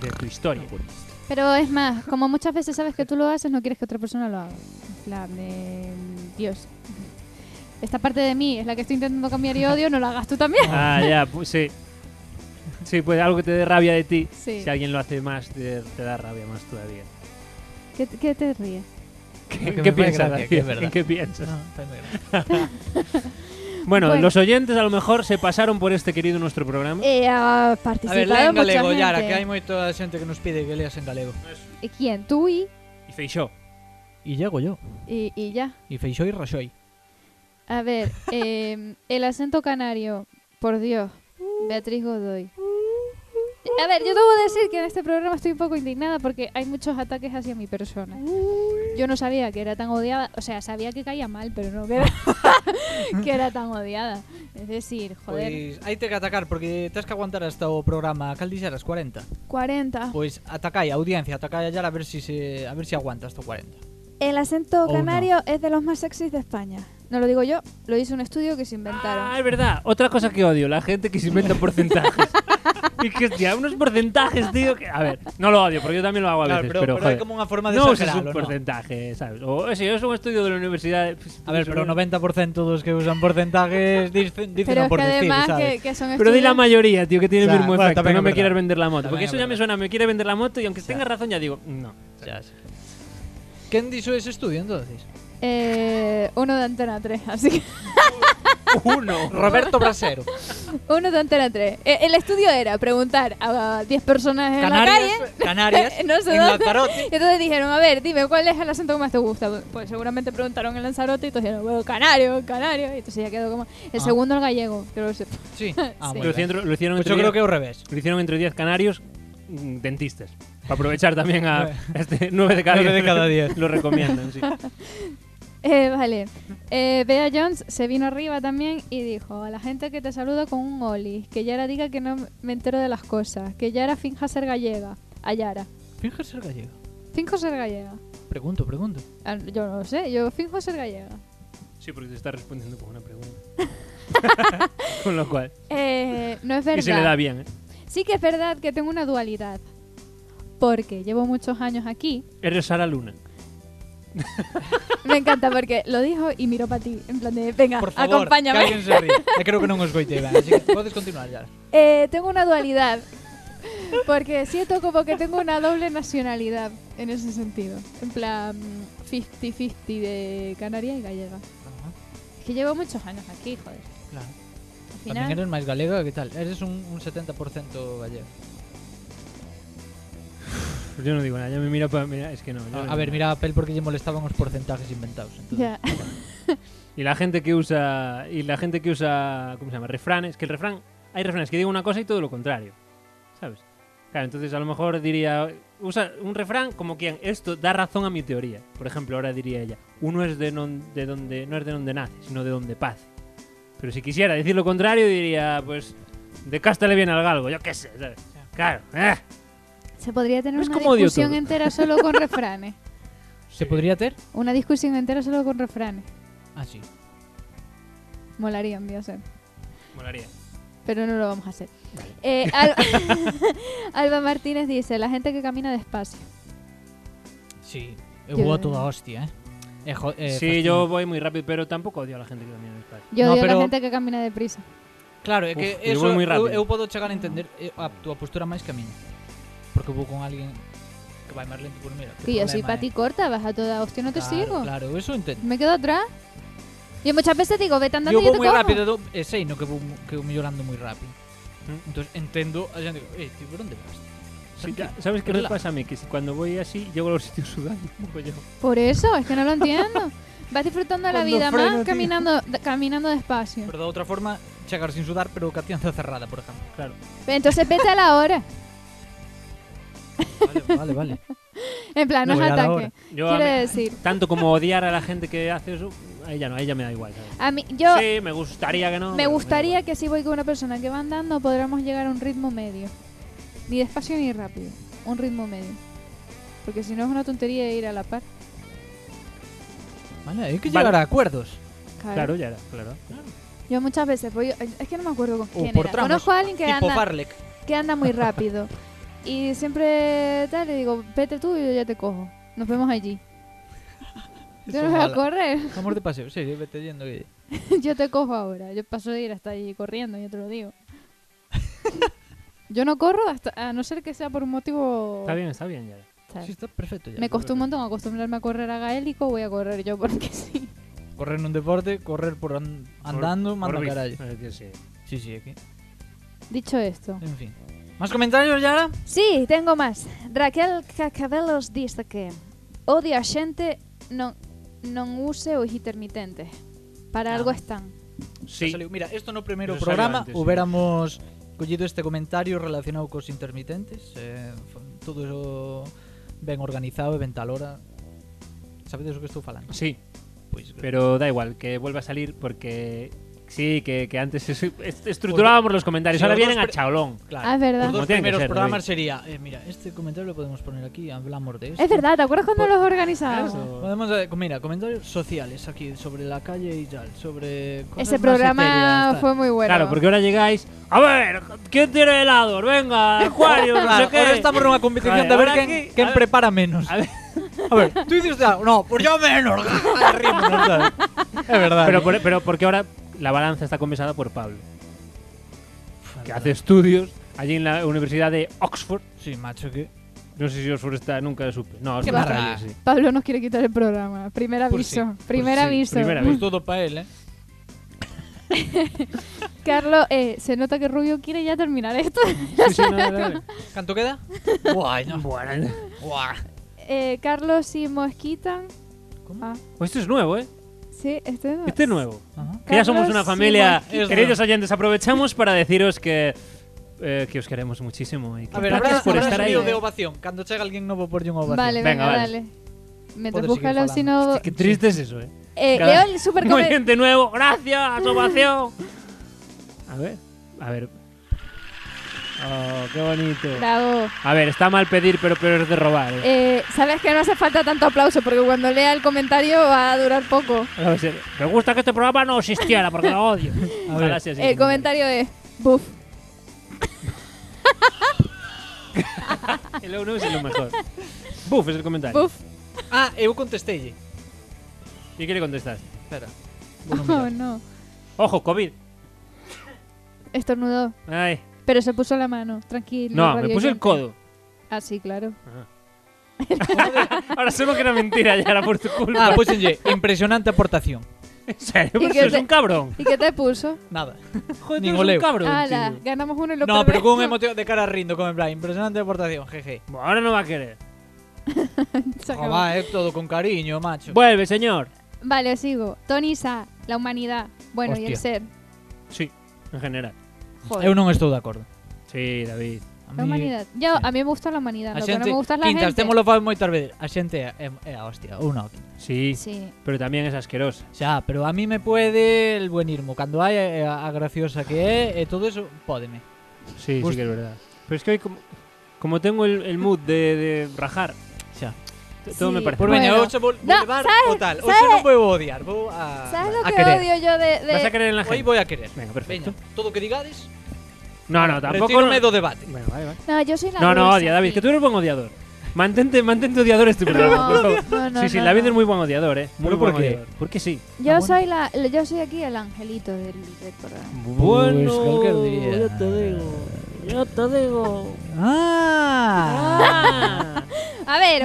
de tu historia. Ah, pues. Pero es más, como muchas veces sabes que tú lo haces, no quieres que otra persona lo haga. En plan de mm, Dios. Esta parte de mí es la que estoy intentando cambiar y odio, no la hagas tú también. Ah, ya, pues sí. Sí, pues algo que te dé rabia de ti. Sí. Si alguien lo hace más, te, te da rabia más todavía. ¿Qué, qué te ríes? ¿Qué, que qué me fue piensas, gracia, que David? es verdad. Ah. ¿En qué piensas? No, fai moi gracia. Bueno, Bueno. los oyentes a lo mejor se pasaron por este querido nuestro programa. Eh, ha A participado ver, lea en mucha galego, gente. Yara, que hai moita xente que nos pide que leas en galego. ¿Y eh, ¿Quién? Tú y, Y Feixó. E llego yo. y, y ya. E Feixó e Raxoi. A ver, eh, el acento canario, por Dios, Beatriz Godoy. A ver, yo debo decir que en este programa estoy un poco indignada porque hay muchos ataques hacia mi persona. Yo no sabía que era tan odiada, o sea, sabía que caía mal, pero no que era, que era tan odiada. Es decir, joder, Pois hai te que atacar porque tes que aguantar hasta o programa cal dixeras 40. 40. Pois atacai a audiencia, atacai a Yara a ver si se a ver si aguanta hasta o 40. El Oh, acento no. canario es de los más sexys de España. No lo digo yo, lo hizo un estudio que se inventaron. Ah, es verdad. Otra cosa que odio, la gente que se inventa porcentajes. y que, hostia, unos porcentajes, tío, que... A ver, no lo odio, porque yo también lo hago a veces, Claro, pero, pero, pero hai joder, como unha forma de no uses un exagerarlo, ¿no? porcentaje, ¿sabes? O si es un estudio de la universidad... pues, A ver, pero o eso, 90% dos que usan porcentajes dicen, dicen pero es por que decir, además ¿sabes? que, que son Pero di la estudios- mayoría, tío, que tiene O el sea, mismo bueno, efecto. también No es me quieras verdad. vender la moto. También porque es eso ya me verdad. suena, me quiere vender la moto y aunque Ya. tengas razón ya digo, no. Ya, sí. ¿Quién hizo ese estudio entonces? Eh, uno de Antena 3, así que Uno. Roberto Brasero. uno de Antena 3. Eh, el estudio era preguntar a 10 personas en la Canarias, Canarias, calle. No sé en dónde. Lanzarote. Y entonces dijeron, a ver, dime, ¿cuál es el acento que más te gusta? Pues seguramente preguntaron en Lanzarote y todos dijeron, bueno, canario, canario. Y entonces ya quedó como... El Ah. segundo el gallego, que lo sé. Sí. Ah, muy Sí. Lo bien. hicieron, lo hicieron Pues entre yo creo diez- que al revés. lo hicieron entre 10 canarios mm, dentistas. Para aprovechar también a este 9 de cada Nueve de diez. cada diez. Lo recomiendan, sí. Eh, vale. Eh, Bea Jones se vino arriba también y dijo a la gente que te saluda con un oli, que Yara diga que no me entero de las cosas, que Yara finja ser gallega. A Yara. Finge ser gallego. Finjo ser gallega. Pregunto, pregunto. Ah, Yo no sé, yo finjo ser gallega. Sí, porque te está respondiendo con una pregunta. con lo cual. Eh, no es Y se le da verdad. bien, ¿eh? Sí que es verdad que tengo una dualidad. porque llevo muchos años aquí. Eres Sara Luna. Me encanta porque lo dijo y miró para ti. En plan de, venga, Por favor, Ah, acompáñame. que alguén se ríe. Eu creo que non os goitei ben, así que podes continuar, Yara. Eh, tengo una dualidad. Porque siento como que tengo una doble nacionalidad en ese sentido. En plan 50-50 de Canaria y gallega. Es que llevo muchos años aquí, joder. Claro. Al Tamén final, eres máis galega que tal. Eres un, un 70% gallego. Pues yo no digo nada, ya me mira para. Mira, es que no. yo no A, a digo ver, nada. mira a Pel porque lle molestaban os porcentajes inventados. Entonces, ya. Y la gente que usa. Y la gente que usa. ¿Cómo se llama? Refranes. Que el refrán. Hay refranes que digan una cosa y todo lo contrario. ¿Sabes? Claro, entonces a lo mejor diría. Usa un refrán como quien. Esto da razón a mi teoría. Por ejemplo, ahora diría ella. Uno es de, non- de donde. No es de donde nace, sino de donde paz. Pero si quisiera decir lo contrario, diría. Pues. De casta le viene al galgo. Yo qué sé, ¿sabes? Claro. eh. Se podría tener ¿Ves una cómo odio discusión todo? entera solo con refranes. se podría ter? Una discusión entera solo con refranes. Ah, sí. Molaría un día hacer. Molaría. Pero no lo vamos a hacer. Eh, Al- Alba Martínez dice, la gente que camina despacio. Sí. Eu Yo- vou a toda hostia, eh. eh, jo, eh sí, yo voy muy rápido, pero tampoco odio a la gente que camina despacio. Yo No, odio a pero- la gente que camina deprisa. Claro, é que Uf, eu eso vou moi eu, rápido. eu podo chegar a entender eh, a túa postura máis que a miña. Porque vou con alguén que vai máis lento por mira. que Que yo soy problema é? pati corta, vas a toda hostia, no te Claro, sigo. Claro, eso entendo. Me quedo atrás. Y muchas veces digo, vete eu andando y yo vou te moi cojo. rápido, do, e sei no que vou mu- que vou mellorando moi rápido. Mm. Entonces entendo, a xente digo, eh, tío, por onde vas? Sí, Tranquilo. ya- ¿Sabes qué me relaja. pasa a mí? Que si cuando voy así, llego a los sitios sudando un poco yo. Por eso, es que no lo entiendo. Vas disfrutando la Cuando vida freno, más tío. caminando, d- caminando despacio. Pero de outra forma, chegar sin sudar, pero ca tienda cerrada, por exemplo. Claro. Entonces vete a la hora. Vale, vale, vale. En plan, no es Voy a la ataque. hora. Yo a Quiero mí- decir, tanto como odiar a la gente que hace eso, ahí ya no, ahí ya me da igual. ¿sabes? a mí, yo sí, me gustaría que no. me pero da gustaría igual. que si voy con una persona que va andando, podamos llegar a un ritmo medio. Ni despacio ni rápido. Un ritmo medio. Porque si no es una tontería ir a la par. Vale, hai que Vale. llegar a acuerdos. Claro. Claro, ya era, claro. Yo muchas veces voy. eh, Es que no me acuerdo con Ou quién por era. tramos. Conozco a alguien que Uh, tipo anda. Farlek. que anda muy rápido. Y siempre tal, le digo, vete tú y yo ya te cojo. Nos vemos allí. Yo Eso no voy a mola. correr, Vamos de paseo, sí, vete yendo que... yo te cojo ahora. Yo paso de ir hasta allí corriendo, yo te lo digo. yo no corro hasta, a no ser que sea por un motivo... Está bien, está bien, ya. tal. Sí, está perfecto ya. Me costó un montón acostumbrarme a correr a gaélico, voy a correr yo porque sí. Correr nun deporte, correr por an- andando, manda Orbit. carallo. Eh, que sí. Sí, sí, aquí. Dicho esto. En fin. ¿Más comentarios, Yara? Sí, tengo más. Raquel Cacabelos dice que odia a xente non, non use os intermitentes. Para Ah. algo están. Sí. Saliu- Mira, esto no primeiro Pero programa saliu antes, sí. hubiéramos collido este comentario relacionado cos intermitentes. Eh, f- todo eso ben organizado e ben tal hora. Sabedes o que estou falando? Sí, Pues, Pois, pero da igual, que vuelva a salir porque. Sí, que, que antes es- est- estructurábamos los comentarios. Sí, Ahora os dos vienen a pre- chaolón. claro. Ah, es verdad. Los dos Como tiene que primeros ser, programas sería, eh, mira, este comentario lo podemos poner aquí, hablamos de esto. Es verdad, ¿te acuerdas cuando Por- los organizábamos? Eso. Podemos, eh, mira, comentarios sociales aquí sobre la calle y tal, sobre cosas Ese más programa etéreas, tal. fue muy bueno. Claro, porque ahora llegáis. A ver, ¿quién tiene helados? Venga, Acuario, no Claro, sé qué. ahora estamos en una competición Joder, de ver ahora quién, aquí- quién a ver- prepara menos. a ver. A ver, tú dices, ah, no, pues yo menos. Ritmo, ¿sabes? es verdad. Pero, ¿eh? por- pero porque ahora la balanza está compensada por Pablo, que hace estudios allí en la Universidad de Oxford. Sí, macho, que. No sé si Oxford está, nunca lo supe. No, Qué Oxford barra. está allí, sí. Pablo nos quiere quitar el programa. Primer Pues aviso. sí, primer sí, aviso. primer Pues aviso. todo para él, ¿eh? Carlos, eh, se nota que Rubio quiere ya terminar esto. Sí, sí, no, no, no. ¿Canto queda? Guay, no. Bueno. Buah. Eh, Carlos y Mosquitan. ¿Cómo? Ah, Pues esto es nuevo, ¿eh? sí, este no. Este es nuevo. Ajá. Que ya somos una Carlos familia. Simón. Es Queridos nuevo. oyentes, aprovechamos para deciros que, eh, que os queremos muchísimo. Y que A ver, gracias habrá, por habrá estar ahí. eh. sonido de ovación. Cuando llega alguien nuevo por un ovación. Vale, venga, Venga, vale. dale. Mientras Puedes seguir búscalo, si falando. no. Qué triste es eso, ¿eh? Eh, Cada- leo el super Un oyente nuevo. Gracias, ovación. A ver, a ver. Oh, qué bonito. Bravo. A ver, está mal pedir, pero peor es de robar. ¿eh? Eh, Sabes que no hace falta tanto aplauso porque cuando lea el comentario va a durar poco. Ahora va a ser, Me gusta que este programa no existiera porque lo odio. Ojalá ver. sea así. El comentario es. Buf. El uno es lo mejor. Buf, es el comentario. Buf. Ah, eu contestei ¿Y qué le contestas? Espera. Oh, no. Ojo, COVID. Estornudó. Ay. Pero se puso la mano. Tranquilo. No, me radio puse el oyente. codo. Ah, sí, claro. Ahora solo que era mentira, ya era por tu culpa. Ah, pois enlle, impresionante aportación. En serio, ¿Y pero qué eres te- un cabrón. ¿Y qué te puso? Nada. Joder, Nin tú eres oleu. un cabrón. Ala, tío. ganamos uno y lo No, pero con un perdemos. emotivo de cara rindo, como en plan, impresionante aportación, jeje. Bueno, Ahora no va a querer. Se acabó. Joder, é todo con cariño, macho. Vuelve, señor. Vale, sigo. Tonisa, la humanidad. Bueno, y el Hostia. ser. Sí, en general. Joder. Eu non estou de acordo. Sí, David. A La humanidad. Yo, a mí me gusta la humanidad. A Lo que no xente, me gusta es la Quintas, gente. temos lo fado moitas veces. A xente é, é a hostia, ou non. Sí, Sí. pero también es asquerosa. Xa, pero a mí me puede el buenismo. Cando hai eh, a, a graciosa que é e todo eso, pódeme. Sí, Pues- sí que es verdad. Pero es que hoy, como, como tengo el, el mood de, de rajar, Xa. t- todo me Sí. parece. Por Bueno. veña, hoxe vou, vou No, levar o sabes- tal. Hoxe non vou odiar, vou a ¿Sabes lo a que querer. odio yo de, de- ¿Vas a querer en la Hoy gente? voy a querer. Venga, perfecto. Veña, todo o que digades, No, no, tampoco. retírome No... do debate. Bueno, vale, vale. No, yo soy la No, no, dulce odia, David, aquí. que tú eres buen odiador. Mantente, mantente odiador este programa, por No, favor. no, no, sí, sí, no, David no. es muy buen odiador, ¿eh? Muy ¿Pero por buen qué? odiador. Porque sí. Yo Ah, bueno. soy la, yo soy aquí el angelito del, del programa. Bueno, ya te digo, Yo te digo. Ah. A ver,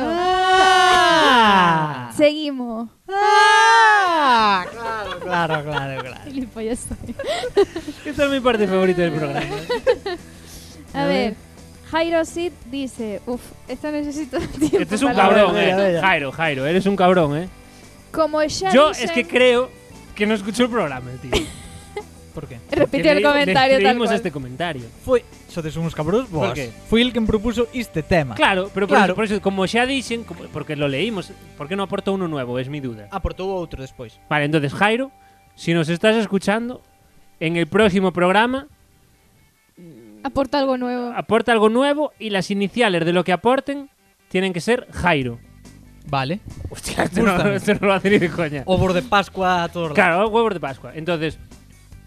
Ah. seguimos. Ah. Claro, claro, claro, claro. Gilipollas soy. Esta es mi parte favorita del programa. A ver, Jairo Sid dice, uff, esta necesito tiempo. Este es un para- cabrón, Venga, eh. venga. Jairo, Jairo, eres un cabrón, eh. Como ya Yo dicen- es que creo que no escuchó el programa, tío. Por qué? repite el comentario tal Leímos cual. este comentario. Foi, sodes unos cabróns vos. Por qué? Fui el quen propuso este tema. Claro, pero por, Claro. Eso, por eso, como ya dicen, como- porque lo leímos, ¿por qué no aportó uno nuevo? Es mi duda. Aportou outro despois. Vale, entonces, Jairo, si nos estás escuchando, en el próximo programa Aporta algo nuevo. aporta algo nuevo y las iniciales de lo que aporten tienen que ser Jairo. Vale. Hostia, esto no, Oh, Gústame. esto no lo hace ni de coña. O borde Pascua a todos lados. Claro, oh, huevos de Pascua. Entonces,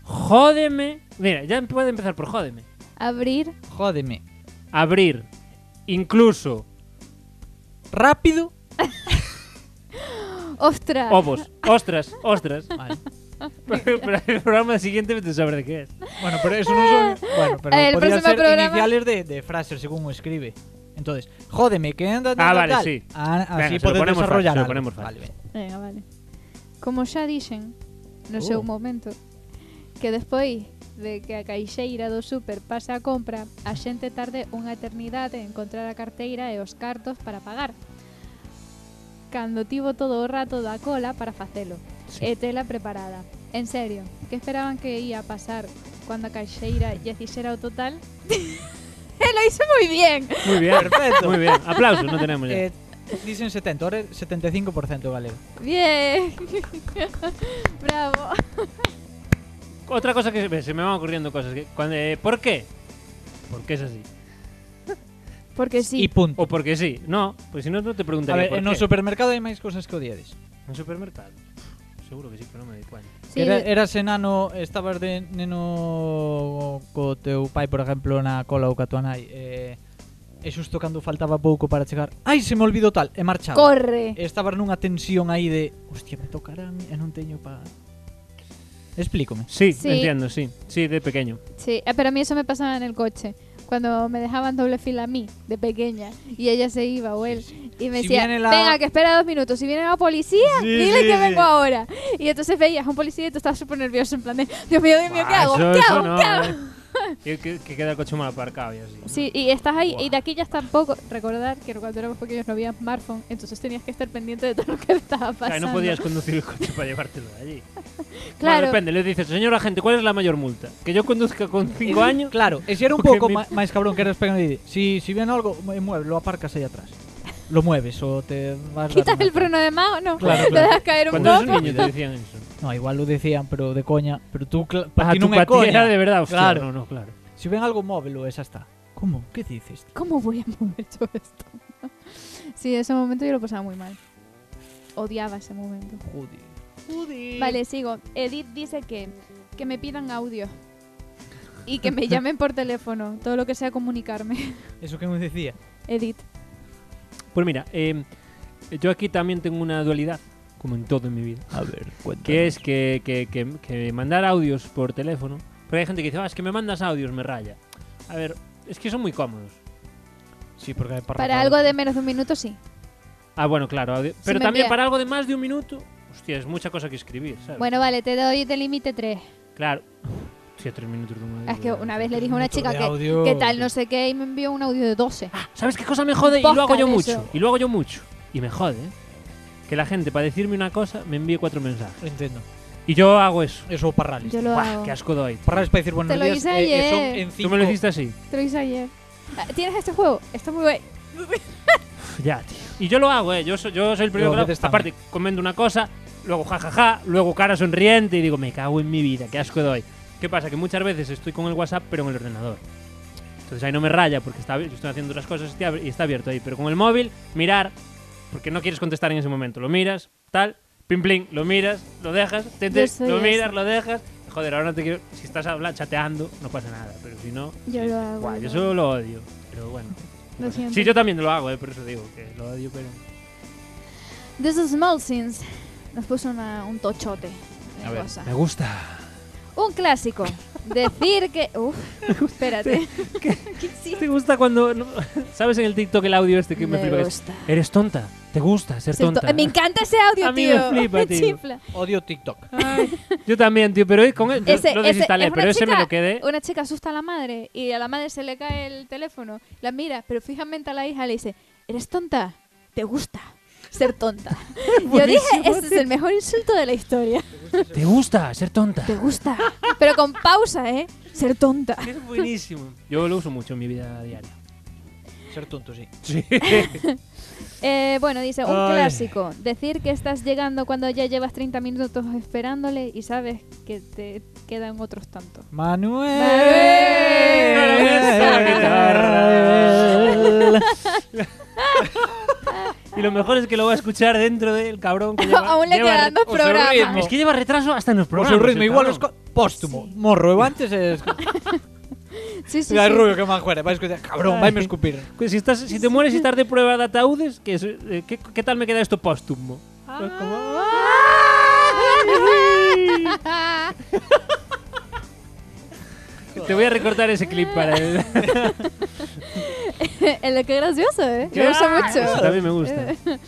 jódeme. Mira, ya puede empezar por jódeme. Abrir. Jódeme. Abrir, incluso Rápido. ¡Oh, Ostras. ovos, ostras, ostras. Vale. Pero, pero el programa siguiente vete a saber de qué es. Bueno, pero eso non son... Bueno, pero A ver, el podría próximo ser programa- iniciales de, de frases según o escribe. Entonces, jódeme, que anda tal, Ah, tal, vale, tal. sí. Venga, Ah, se así lo podés ponemos fácil, desarrollar se lo algo. ponemos fácil. Vale, ben. Venga, vale. Como ya dicen, no sé Oh. un momento, que despois de que a caixeira do super pase a compra, a xente tarde unha eternidade en encontrar a carteira e os cartos para pagar. Cando tivo todo o rato da cola para facelo. E tela preparada. En serio, que esperaban que ia a pasar cando a caixeira lle fixera o total? Lo hizo moi bien. Muy bien, Perfecto. muy bien. Aplausos, no tenemos ya. Eh, dicen 70, ahora é 75% galego. Bien. Bravo. Otra cosa que se, se me van ocurriendo cosas. que- cuando, eh, ¿Por qué? Porque es así. Porque E sí. punto. O porque sí. No, pues si no, no te A preguntaría. ver, Oh, por no qué. supermercado hay más cosas que odiades. ¿En supermercado? Seguro que sí, pero no me di cuenta. sí Era, de- eras enano, estabas de neno co teu pai, por exemplo, na cola ou ca tua nai. Eh, e xusto cando faltaba pouco para chegar, ai, se me olvidou tal, Ah, e marchaba. Corre. E estabas nunha tensión aí de, hostia, me tocará a mí e non teño pa... Explícome. Sí, Sí. entiendo, sí. Sí, de pequeño. Sí, eh, pero a mí eso me pasaba en el coche. Cuando me dejaban doble fila a mí, de pequeña, y ella se iba o él, y me Si decía, viene la- venga, que espera dos minutos, si viene la policía, dile que vengo ahora. Y entonces veías a un policía y tú estabas súper nervioso, en plan de, Dios mío, Dios mío, ¿qué Ah, hago? eso- ¿Qué eso hago? no, ¿Qué hago? eh. Que, que- que queda el coche mal aparcado y así. Sí, y estás ahí, Buah. y de aquí ya tampoco. Recordar que cuando éramos pequeños no había smartphone, entonces tenías que estar pendiente de todo lo que estaba O pasando. sea, no podías conducir el coche para llevártelo de allí. Bueno, Claro, depende, le dices, señora gente, ¿cuál es la mayor multa? ¿Que yo conduzca con 5 años? Claro, e se era un Porque pouco mi- ma- máis cabrón que eras pegando e di, si, si ven algo, mu- mueve, lo aparcas aí atrás. Lo mueves o te vas dar quitas unha el tal. freno de mano, no, Claro, te claro. dejas caer un Cuando eres poco. un niño te decían eso. No, igual lo decían, pero de coña. Pero tú, cla- Ah, para ti tú non é pa ti era coña. de verdad, hostia, Claro. No, no, claro. Si ven algo móvelo, esa está. Como? Que dices? ¿Cómo voy a mover yo esto? sí, ese momento yo lo pasaba muy mal. Odiaba ese momento. Joder. Joder. Vale, sigo. Edith dice que, que me pidan audio. y que me llamen por teléfono, todo lo que sea comunicarme. Eso que me decía. Edith. Pues mira, eh, yo aquí también tengo una dualidad, como en todo en mi vida. A ver, que es que, que- que- que mandar audios por teléfono. Porque hay gente que dice, "Ah, es que me mandas audios, me raya. A ver, es que son muy cómodos. Sí, porque hay Para algo de menos de un minuto, sí. Ah, bueno, claro. audio- Pero me también envía- para algo de más de un minuto, hostia, es mucha cosa que escribir, ¿sabes? Bueno, vale, te doy de límite tres. Ah, Claro. Hostia, tres minutos de un audio, Es que ¿verdad? una vez le dije a una minuto chica de que, audio, que tal, no sí. sé qué, y me envió un audio de 12. Ah, ¿Sabes qué cosa me jode? Y lo hago Podcast yo eso. mucho. Y lo hago yo mucho. Y me jode, ¿eh? Que la gente, para decirme una cosa, me envíe cuatro mensajes. Entiendo. Y yo hago eso. Eso parrales. Yo lo Buah, hago. qué asco doy. Parrales para decir buenos Te lo días. hice eh, eh, son ayer. en Tú me lo cinco- hiciste así. Te lo hice ayer. Ah, ¿Tienes este juego? Está muy bueno. Ya, tío. Y yo lo hago, ¿eh? Yo soy, yo soy el Yo primero a que lo veces hago. Aparte, comento una cosa, luego jajaja, luego cara sonriente y digo, me cago en mi vida, qué asco doy. ¿Qué pasa? Que muchas veces estoy con el WhatsApp, pero en el ordenador. Entonces ahí no me raya porque está, yo estoy haciendo otras cosas y está- y está abierto ahí. Pero con el móvil, mirar, porque no quieres contestar en ese momento. Lo miras, tal, pim plim, lo miras, lo dejas, te, te- Yo soy lo esa. miras, lo dejas. Joder, ahora no te quiero. Si estás habla, chateando, no pasa nada. Pero si no. Yo sí, lo sí. hago, Buah, yo yo lo solo lo odio. Pero bueno. Lo siento. Sí, yo también lo hago, eh, por eso digo que lo odio, pero. This is Small Sins. Nos puso una- un tochote. de cosa. me gusta. Un clásico. Decir que. Uf, espérate. ¿Qué hiciste? ¿Te gusta cuando.? no- ¿Sabes en el TikTok el audio este que me, Me flipa? que es, gusta. Eres tonta. ¿Te gusta ser Se to- tonta? Me encanta ese audio, A mí tío. me flipa, tío. chifla. Odio TikTok. Yo también, tío, pero con él yo Ese- lo ese- desinstalé, es una pero ese me chica- lo quedé. Una chica asusta a la madre y a la madre se le cae el teléfono. La mira, pero fijamente a la hija le dice: ¿Eres tonta? ¿Te gusta? Ser tonta. Yo dije, ese es el mejor insulto de la historia. ¿Te gusta ser tonta? Te gusta. Pero con pausa, ¿eh? Ser tonta. Es buenísimo. Yo lo uso mucho en mi vida diaria. Ser tonto, sí. Eh, bueno, dice, un Ay. clásico. Decir que estás llegando cuando ya llevas 30 minutos esperándole y sabes que te quedan otros tantos. Manuel. Manuel. Y lo mejor es que lo voy a escuchar dentro del cabrón que lleva, Aún le lleva quedan dos o su ritmo. programas. Es que lleva retraso hasta en los Por programas. su ritmo, el igual es cabrón. co- póstumo. Morro, eu antes es. Sí, sí, Ya sí. rubio que me juega. Vais a escuchar. Cabrón, Ay. vais a escupir. Pues si, estás, si te mueres y estás de prueba de ataúdes, ¿qué, es- eh, qué- qué tal me queda esto póstumo? Pues como- Te voy a recortar ese clip para el... El que gracioso, ¿eh? Me gusta Eso mucho. también Pues me gusta.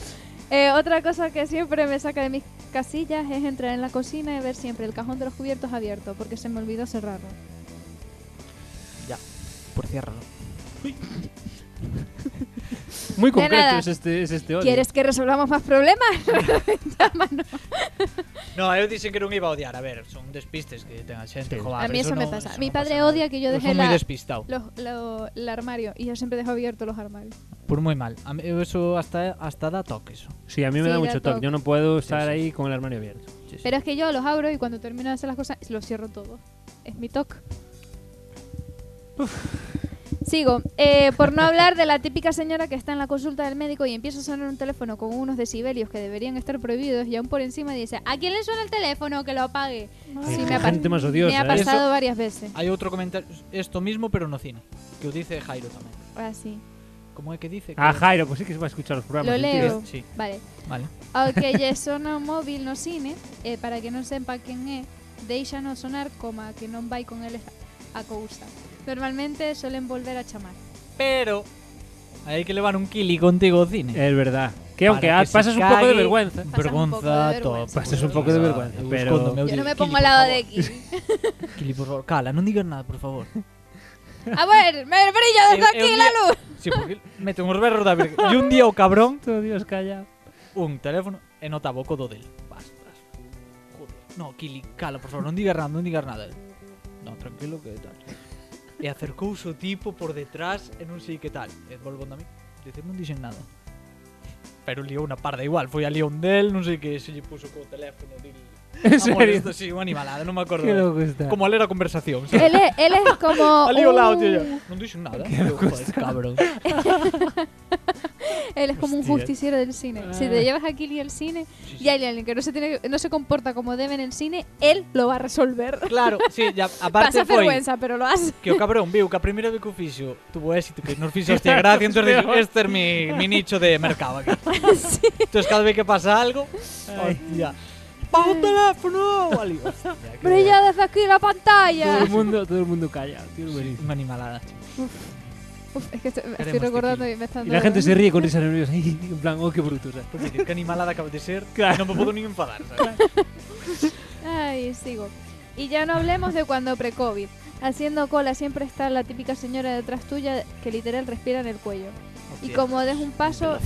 Eh, otra cosa que siempre me saca de mis casillas es entrar en la cocina y ver siempre el cajón de los cubiertos abierto porque se me olvidó cerrarlo. Por ciérralo. Muy concreto nada. es este, es este odio. ¿Quieres que resolvamos más problemas? Llámanos. No, eu dixen que non iba a odiar. A ver, son despistes que ten a Sí. xente. joder, A mí eso, me non- eso pasa. non Mi padre pasa nada. odia que Eu yo deje son moi la- despistado. los- lo- el armario y yo siempre dejo abiertos los armarios. Por moi mal. A mí, eu eso hasta hasta da toque eso. Sí, a mí me da Sí, da mucho toque. toque. Yo no puedo estar Sí, sí, ahí con el armario abierto. Sí, sí. Pero es que yo los abro y cuando termino de hacer las cosas los cierro todo. Es mi toque. Sigo. Eh, por no hablar de la típica señora que está en la consulta del médico y empieza a sonar un teléfono con unos decibelios que deberían estar prohibidos y aún por encima dice, ¿a quién le suena el teléfono que lo apague? Ay, Sí, qué me ha, pa- gente más me odiosa. ha ¿eh? pasado varias veces. Hai outro comentario, esto mismo pero no cine, que o dice Jairo tamén. Así. Como é que dice? Que... Ah, Jairo, pues sí que se va a escuchar los programas. Lo el leo. tío. Sí, Vale. vale. Aunque ya sona móvil no cine, eh, para que non sepa quen é, deixa non sonar coma que non vai con eles a cousa. Normalmente suelen volver a chamar. Pero hai que levar un kili contigo ao cine. Es verdad. Que Para aunque que ah, se pasas un cague. poco de vergüenza. Pasas un poco de vergüenza. top. Pasas un poco de vergüenza, Eu pero- escóndome, eu Yo digo, no me "Kili, pongo por al lado favor". de Kili. Kili, por favor, cala, non digas nada, por favor. A ver, me brilla desde Eu- eu aquí di- la luz. Sí, porque mete uns berros da verga. E un día o cabrón, Todo Dios calla. un teléfono e nota boco do del. Vas, vas. Joder. No, Kili, cala, por favor, non digas nada, non digas nada. El, No, tranquilo que tal. E acercouse o tipo por detrás e non sei que tal. E volvo a mí. Dice, non dixen nada. Pero liou unha parda igual, foi a lión del, non sei que se lle puso co teléfono dil. En Amor, serio. isto sí, unha animalada, non me acordo. Qué loco está. Como a ler a conversación, sabe? Él es, él es como Oh. Ali ao lado, tío. un- Non dixen nada. Digo, joder, cabrón. Él es como Hostia. un justiciero del cine. Si te llevas a Killy al cine y hay alguien que no se, tiene, no se comporta como debe en el cine, él lo va a resolver. Claro, sí, ya, aparte Pasa foi vergüenza, pero lo hace. que o cabrón viu que a primeira vez que o fixo tuvo éxito, que nos fixo hostia gracia, entón dixo, este é mi, mi nicho de mercado aquí. Sí. Entón cada vez que pasa algo, hostia, ¡Pago o teléfono! Ali, hostia, que Brilla desde aquí la Todo pantalla. el mundo, todo el mundo calla. tío, es buenísimo. Unha animalada. Uf, es que estoy, estoy Queremos recordando tequila. y me está Y dando. la gente se ríe con risas nerviosas. En plan, oh, qué bruto. ¿sabes? Pois que animalada acaba de ser, Claro. non me podo nin enfadar, sabes? Ay, sigo. Y ya no hablemos de cuando pre-COVID. Haciendo cola siempre está la típica señora detrás tuya que literal respira en el cuello. Y como des un paso,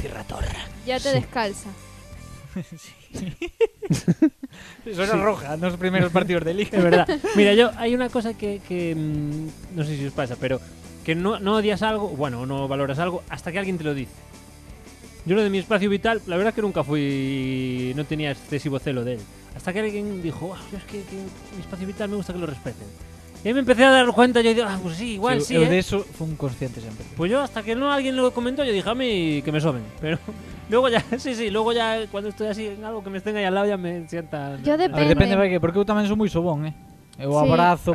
ya te descalza. Eso era roja nos primeiros partidos de liga. Es verdad. Mira, yo hay una cosa que, que, mm, no sé si os pasa, pero que no, no odias algo, bueno, o no valoras algo hasta que alguien te lo dice. Yo lo de mi espacio vital, la verdad es que nunca fui, no tenía excesivo celo de él. Hasta que alguien dijo, "Ah, yo es que, que mi espacio vital me gusta que lo respeten. Y ahí me empecé a dar cuenta, yo digo, ah, pues sí, igual sí. eu ¿eh?". de eso fui un consciente sempre. Pues yo hasta que no alguien lo comentó, yo dije a mí que me soben. Pero luego ya, sí, sí, luego ya cuando estoy así en algo que me estén ahí al lado ya me sienta... Yo A ver, depende Depende. para que, porque eu tamén son moi sobón, eh. Eu Sí. abrazo,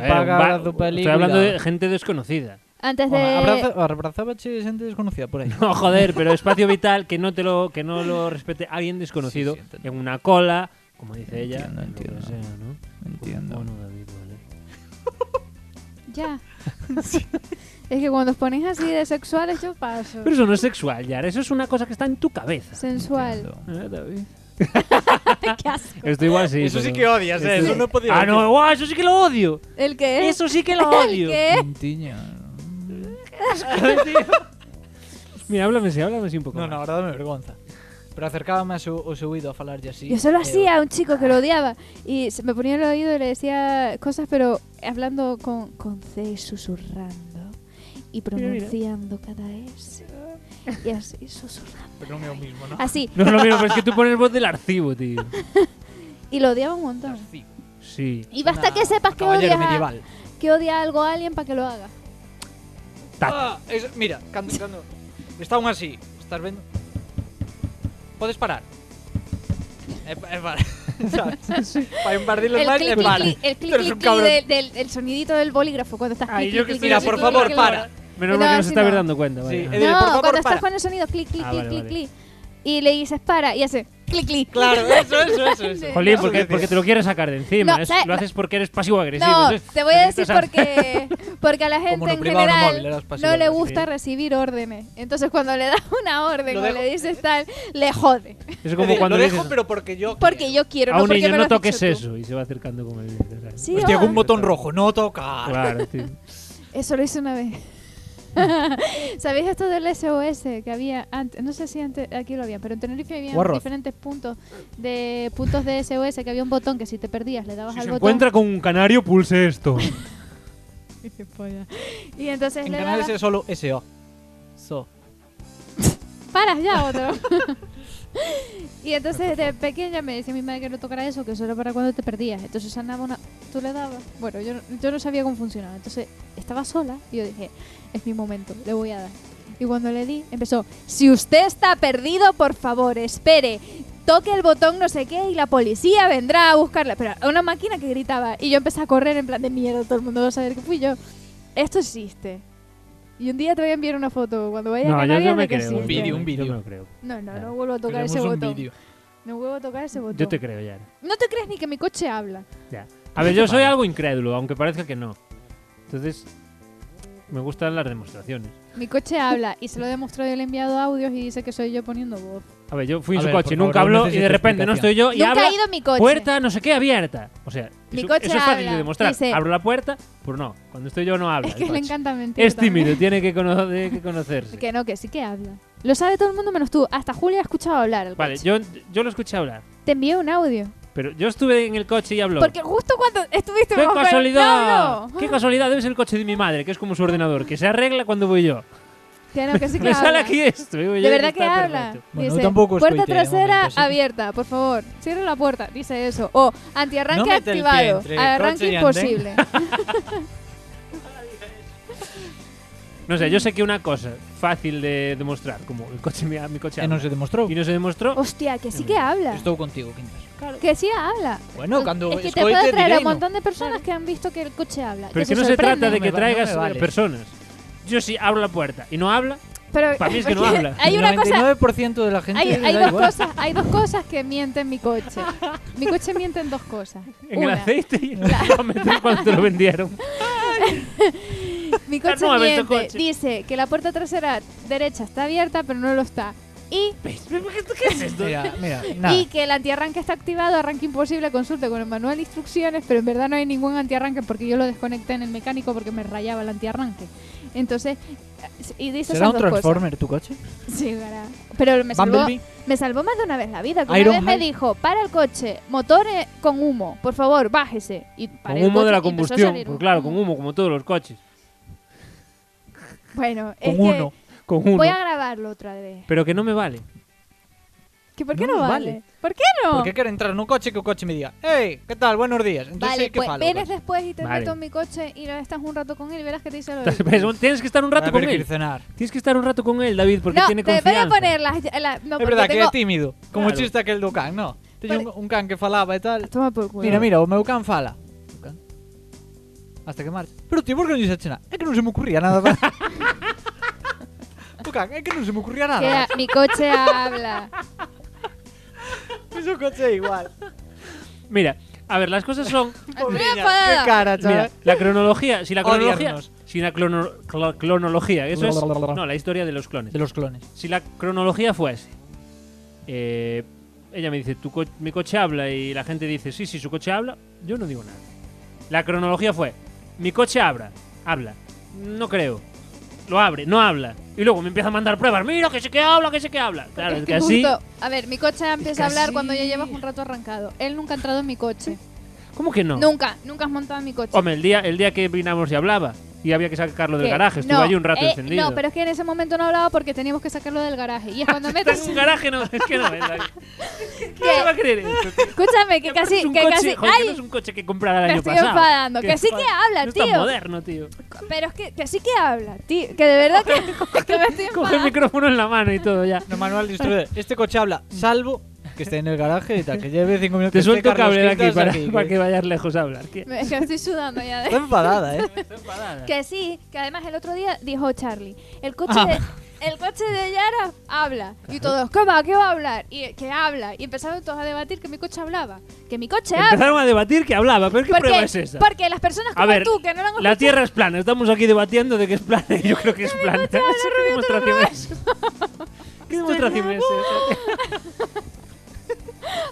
A ver, un paga, ba- abrazo, peli, Eh, Estoy hablando de cuidado. gente desconocida. Antes de. Bueno, abraza- abrazábache xente desconocida por aí. No, joder, pero espacio vital que no te lo que no lo respete alguien desconocido Sí, sí, entiendo. en una cola, como dice ella. en Entiendo, lo que entiendo. sea, ¿no? Entiendo. Bueno, David, vale. Ya. es que cuando os ponéis así de sexuales, yo paso. Pero eso no es sexual, Yara. Eso es una cosa que está en tu cabeza. Sensual. Entiendo. ¿Eh, David? Qué asco. Esto igual sí. Eso sí pero- que odias, eh, Esto- eso no podía Ah, no, decir. guau, eso sí que lo odio. ¿El ¿Eh? qué? Eso sí que lo ¿El odio. qué? Tintiña. Mira, háblame, sí, háblame sí un poco. No, na más. verdade me vergonza. Pero acercábame ao seu, ao seu oído a falarlle así. Yo eh, solo hacía a un chico que lo odiaba y se me ponía en el oído y le decía cosas, pero hablando con, con C, y susurrando y pronunciando cada S. Y así, susurrando. Pero non é o mismo, non? Así. No, no, mira, pero es que tú pones voz del archivo, tío. Y lo odiaba un montón. Así. Sí. Y basta Una- que sepas que caballero odias, a- medieval. que odia algo a alguien para que lo haga. Ah, es- mira, cando, cando está un así, estás vendo? Podes parar. É, pa- é para, sabes? Para invadirlo El máis, é clic, para. clic, clic, el clic, Tú eres clic, un clic cabrón. del, del- el sonidito del bolígrafo cuando estás Ay, clic, yo clic, que estoy clic, Mira, clic, así por clic, favor, clic, para. Menos No, mal que nos sí, está no. ver dando cuenta. vale. Sí, Ah. he de- No, por favor, cuando estás para. con el sonido clic, clic, Ah, clic, vale, clic, vale. clic. Y le dices para y hace clic, clic. Claro, eh. eso, eso, eso. eso. Jolín, Eso porque, que porque decía. te lo quieres sacar de encima. No, es- ¿sabes? lo haces porque eres pasivo-agresivo. No, entonces te voy a decir necesitas a- porque, porque a la gente no en privado, no móvil, general eras no le pasivo-agresivo. gusta recibir órdenes. Entonces cuando le das una orden Lo o dejo- le dices tal, le jode. Es Es como decir, cuando lo dices dejo, pero porque yo. Porque yo quiero, a no un porque niño me no lo has toques dicho tú". eso. Y se va acercando como el... ¿sabes? Sí, Hostia, o- con un botón rojo, no tocar. Claro, tío. Eso lo hice una vez. ¿Sabéis esto del SOS que había antes? No sé si antes aquí lo había, pero en Tenerife había Guarros. diferentes puntos de puntos de SOS que había un botón que si te perdías le dabas Si al se botón. encuentra con un canario, pulse esto. Y entonces En le canales dabas. es solo SO. So. Paras ya otro. y entonces de pequeña me decía mi madre que no tocara eso, que eso era para cuando te perdías. Entonces andaba una. Tú le dabas. Bueno, yo, no- yo no sabía cómo funcionaba. Entonces estaba sola y yo dije, es mi momento, le voy a dar. Y cuando le di, empezó, si usted está perdido, por favor, espere. Toque el botón no sé qué y la policía vendrá a buscarla. Pero una máquina que gritaba y yo empecé a correr en plan de miedo, todo el mundo va a saber que fui yo. Esto existe. Y un día te voy a enviar una foto cuando vaya a No, yo, Canarias yo de me que creo. existe. Un vídeo, un Yo vídeo. me lo creo. No, no, Claro. no vuelvo a tocar Queremos ese un botón. vídeo. No vuelvo a tocar ese botón. Yo te creo, ya. No te crees ni que mi coche habla. A ver, yo soy algo incrédulo, aunque parezca que no. Entonces, me gustan las demostraciones. Mi coche habla y se lo he demostrado y le he enviado audios y dice que soy yo poniendo voz. A ver, yo fui A en su ver, por coche, favor, nunca no habló y necesito de repente no estoy yo y Nunca habla. ha ido mi coche. puerta no sé qué abierta. O sea, Mi eso, coche eso es fácil habla, de demostrar. dice- Abro la puerta, pues no. Cuando estoy yo no habla. Es el que le coche. encanta mentir. es también. tímido, tiene que, cono- de- que conocerse. Que no, que sí que habla. Lo sabe todo el mundo menos tú. Hasta Julia ha escuchado hablar. al Vale, coche. yo, yo lo escuché hablar, Te envié un audio. pero yo estuve en el coche y habló. Porque justo cuando estuviste ¡Qué con Juan- casualidad! No, no. ¡Qué casualidad! Debe ser el coche de mi madre, que es como su ordenador, que se arregla cuando voy yo. Que no, que sí que Me sale habla. aquí esto. digo yo, De verdad que está habla. perfecto. Bueno, yo dice, tampoco os puerta coité de trasera momento, así que- abierta, por favor. Cierra la puerta. Dice eso. O antiarranque No mete el pie activado. entre Arranque coche y imposible. No sé, yo sé que una cosa fácil de demostrar, como el coche, mi, mi coche E non habla. se demostrou. Y no se demostró. Hostia, que sí que habla. Estou contigo, Quintas. Que sí habla. Bueno, cando es que te escoite puede traer direino. un montón de personas que han visto que el coche habla. Pero que es que no se trata de que No me va- no me traigas eh, vale. personas. Yo sí abro la puerta y no habla, Pero para mí es que no habla. Hay El una cosa. 99% de la gente hay, le hay da dos igual. cosas, hay dos cosas que mienten mi coche. Mi coche miente en dos cosas. en el Una, aceite y lo metes cuando te lo vendieron. mi Está coche nuevo este miente. coche. Dice que la puerta trasera derecha está abierta, pero no lo está. Y, ¿Qué es esto? Mira, mira, nada. y que el antiarranque está activado, arranque imposible, consulte con el manual de instrucciones, pero en verdad no hay ningún antiarranque porque yo lo desconecté en el mecánico porque me rayaba el antiarranque. Entonces, eh, y dice ¿Será esas un dos cosas. Transformer tu coche? Sí, verá. Pero me salvó, Bumblebee. me salvó más de una vez la vida. que una Iron vez me Man. dijo, para el coche, motor eh, con humo, por favor, bájese. Y Con paré el humo de coche la y empezó a combustión, salir pues claro, con humo, como todos los coches. Bueno, es Con que uno. Con uno. voy a grabarlo otra vez. Pero que no me vale. ¿Que ¿Por qué No, no, vale. vale? ¿Por qué no? Porque quiero entrar en un coche que el coche me diga, hey, ¿qué tal? Buenos días. Entonces, vale, ¿qué pues falo? vienes después y te Vale. meto en mi coche y la estás un rato con él y verás que te dice lo Entonces, pero Tienes que estar un rato Voy a con ver que él. ir cenar. Tienes que estar un rato con él, David, porque no, tiene te voy confianza. a poner las... la- no, es porque verdad que tengo... é tímido, como Claro. o chiste aquel do can, no. Tiña un, un can que falaba e tal. Toma por culo. Mira, mira, o meu can fala. O can. Hasta que marcha. Pero tío, por que non dixes nada? É que non se me ocurría nada. para- o can, é que non se me ocurría Que nada. a- mi coche habla. Pois o coche é igual. Mira, a ver, las cosas son. Estoy Niña, que enfadada. cara, Mira, chaval. la cronología. Si la cronología. Odiarnos. Si la clono- clo- clonología. Eso es. Blablabla. No, la historia de los clones. De los clones. Si la cronología fuese. eh, ella me dice, tu co- mi coche habla. Y la gente dice, sí, sí, su coche habla. Yo no digo nada. La cronología fue: mi coche habla. Habla. No creo. Lo abre, no habla. Y luego me empieza a mandar pruebas. Mira, que sí que habla, que sí que habla. Claro, Es es que que así. justo- a ver, mi coche empieza a hablar así- cuando ya llevas un rato arrancado. Él nunca ha entrado en mi coche. ¿Cómo que no? Nunca, nunca has montado en mi coche. Hombre, el día, el día que vinamos y hablaba. Y había que sacarlo del ¿Qué? garaje. Estuve No, allí un rato eh, encendido. No, pero es que en ese momento no hablaba porque teníamos que sacarlo del garaje. Y es cuando Está metes. en un garaje, no, es que no, es la- ¿Quién se va a creer esto? tío? Escúchame, que Aparte casi. es un que coche, casi joder, que no ¡Ay! es un coche que comprara el Me año estoy pasado. enfadando, que sí que habla, no Es tío. tan moderno, tío. Pero es que, que sí que habla, tío. Que de verdad que, que me estoy Coge el enfadando. micrófono en la mano y todo ya. No manual de instrucciones. Este coche habla, salvo que esté en el garaje y tal, que lleve 5 minutos. Te que suelto esté Este Carlos cable de aquí Quintas para, aquí, para que- que vayas lejos a hablar. que- Me- que estoy sudando ya. Está De... enfadada, eh. Que sí, que además el otro día dijo Charlie: el coche Ah. de. El coche de Yara habla. Y todos, ¿qué va? ¿Qué va a hablar? Y que habla. Y empezaron todos a debatir que mi coche hablaba. Que mi coche habla. Empezaron a debatir que hablaba, pero ¿qué prueba es esa? porque las personas A como ver, tú que no lo han escuchado la Tierra es plana. Estamos aquí debatiendo de que es plana y yo creo que es plana. ¿Qué demostración es? ¿Qué demostración es esa?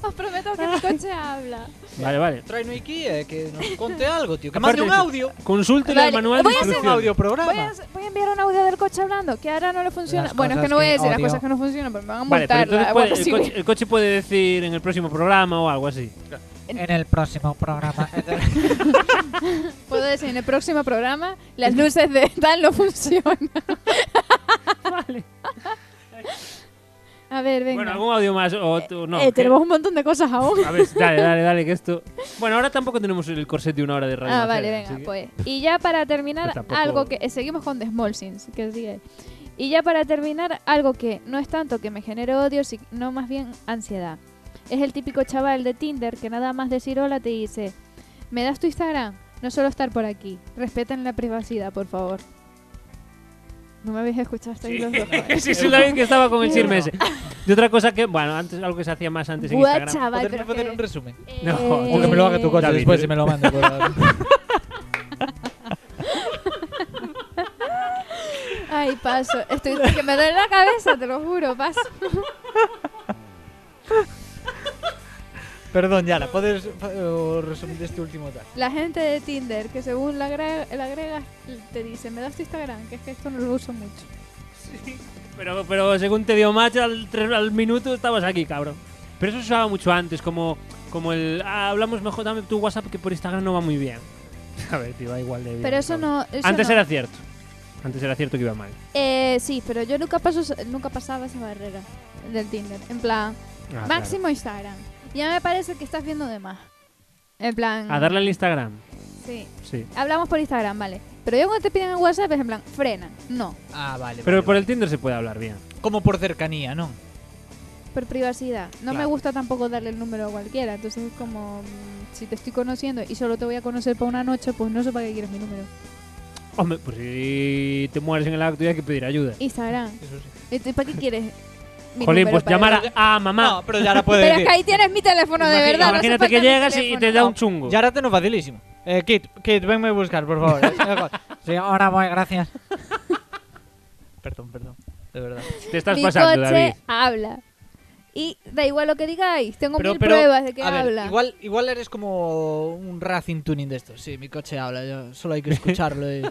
Os prometo que mi coche habla. Vale, vale. Traino aquí eh, que nos conte algo, tío. Que Aparte mande un de- audio. Consúltele el Vale, manual de voy a Mande un hacer- instrucciones. audio programa. Voy a, voy a enviar un audio del coche hablando, que ahora no le funciona. Las Bueno, es que cosas no voy a que decir las odio. cosas que no funcionan, porque me van a Vale, pero multar. entonces la puede- Guardia el, Civil. coche, el coche puede decir en el próximo programa o algo así. En el próximo programa. Puedo decir en el próximo programa, las luces de tal no funcionan. Vale. A ver, venga. Bueno, algún audio más o tú- no. Eh, que- tenemos un montón de cosas aún. A ver, dale, dale, dale, que esto. Bueno, ahora tampoco tenemos el corset de una hora de radio. Ah, Macera, vale, así venga, que- pues. Y ya para terminar, Pues tampoco- algo que. eh, seguimos con The Small Sins, que sigue. Y ya para terminar, algo que no es tanto que me genere odio, sino más bien ansiedad. Es el típico chaval de Tinder que nada más decir hola te dice: ¿Me das tu Instagram? No suelo estar por aquí. Respeten la privacidad, por favor. No me habéis escuchado hasta ahí los dos. sí, sí, la vez que estaba con el chisme ese. De otra cosa que, bueno, antes algo que se hacía más antes en Buah, Instagram. chaval, Poder, pero poder que- un resumen. No, Eh, O que me lo haga tu coche David, después eh. y me lo mande. pues, por favor. Ay, paso. Estoy que me duele la cabeza, te lo juro, paso. Perdón, Yara, podes fa- eh, o resumir este último tal. La gente de Tinder que según la, agre- la agregas te dice, me das tu Instagram, que es que esto no lo uso mucho. Pero, pero según te dio match al, tres- al minuto, estabas aquí, cabrón. Pero eso se usaba mucho antes, como, como el. ah, hablamos mejor, dame tu WhatsApp que por Instagram no va muy bien. A ver, tío, va igual de bien. Pero eso cabrón. no... eso Antes no. era cierto. Antes era cierto que iba mal. Eh, sí, pero yo nunca, paso, esa- nunca pasaba esa barrera del Tinder. En plan, Ah, máximo Instagram. Ya me parece que estás viendo de más. En plan... A darle al Instagram. Sí. Sí. Hablamos por Instagram, vale. Pero yo cuando te piden en WhatsApp es en plan, frena. No, Ah, vale. Pero vale, por vale. el Tinder se puede hablar bien. Como por cercanía, ¿no? por privacidad. No me Claro. gusta tampoco darle el número a cualquiera. Entonces es como, mm, si te estoy conociendo y solo te voy a conocer para una noche, pues no sé para qué quieres mi número. Hombre, pues si te mueres en el acto y hay que pedir ayuda. Instagram. Eso sí. Este, ¿Para qué quieres mi Jolín, número pues para- llamar a, a mamá. No, pero ya ahora puedes Pero es decir. que ahí tienes mi teléfono de Imagi- verdad. no hace Imagínate que falta mi llegas y teléfono. te da un chungo. Ya ahora tengo facilísimo. Eh, Kit, Kit, venme a buscar, por favor. sí, ahora voy, gracias. perdón, perdón. De verdad. Te estás mi pasando, coche David. habla. Y da igual lo que digáis, tengo Pero- mil pero, pruebas de que a ver, habla. igual, igual eres como un Racing Tuning de estos. Sí, mi coche habla, yo- solo hay que escucharlo. eh.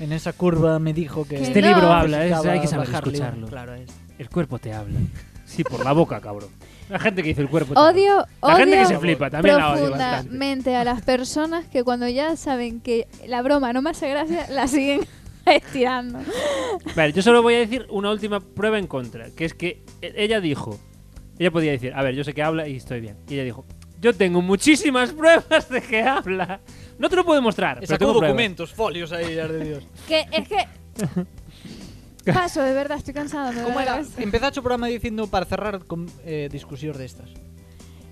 En esa curva me dijo que. Que Este no. libro habla, es- necesitaba hay que saber bajarle un- escucharlo. Claro, es. El cuerpo te habla. Sí, por la boca, cabrón. La gente que dice el cuerpo te habla. odio, La gente que se odio flipa, también la odio bastante. profundamente a las personas que cuando ya saben que la broma no me hace gracia, la siguen estirando. Vale, yo solo voy a decir una última prueba en contra, que es que e- ella dijo, ella podía decir, a ver, yo sé que habla y estoy bien. Y ella dijo, yo tengo muchísimas pruebas de que habla. No te lo puedo mostrar, Sacó pero tengo pruebas. documentos, folios ahí, ya de Dios. Que es que... Paso, de verdad, estoy cansada. me ¿Cómo duele la era? cabeza. Empezaste el programa diciendo para cerrar con eh, discusión de estas.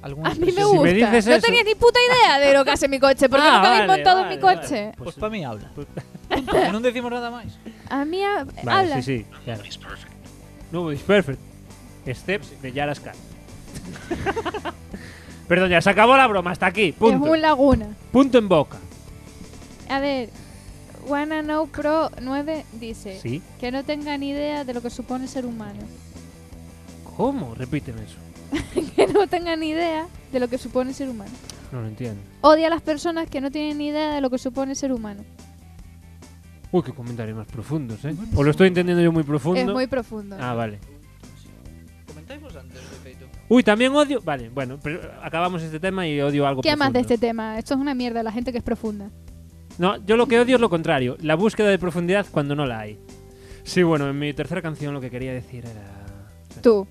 ¿Alguna A mí me expresión? Pues Si me gusta. dices no eso- tenía ni puta idea de lo que hace mi coche, porque Ah, nunca habéis vale, montado vale, mi vale. coche. Pues para mí habla. Pues- no decimos nada más. A mí ha- Vale, Eh, sí, habla. sí. claro. Nobody's perfect. Except de Yara Scar. Perdón, ya se acabó la broma, hasta aquí. Es Punto. un laguna. Punto en boca. A ver, Wanna Know Pro 9 dice ¿Sí? que no tengan idea de lo que supone ser humano. ¿Cómo? Repíteme eso. que no tengan idea de lo que supone ser humano. No lo entiendo. Odia a las personas que no tienen ni idea de lo que supone ser humano. Uy, qué comentarios más profundos, ¿eh? ¿O lo estoy entendiendo yo muy profundo? Es muy profundo. Ah, vale. Comentamos antes de feito. Uy, también odio. Vale, bueno, pero acabamos este tema y odio algo. ¿Qué más de profundo. este tema? Esto es una mierda, la gente que es profunda. No, yo lo que odio es lo contrario, la búsqueda de profundidad cuando no la hay. Sí, bueno, en mi tercera canción lo que quería decir era. Tú,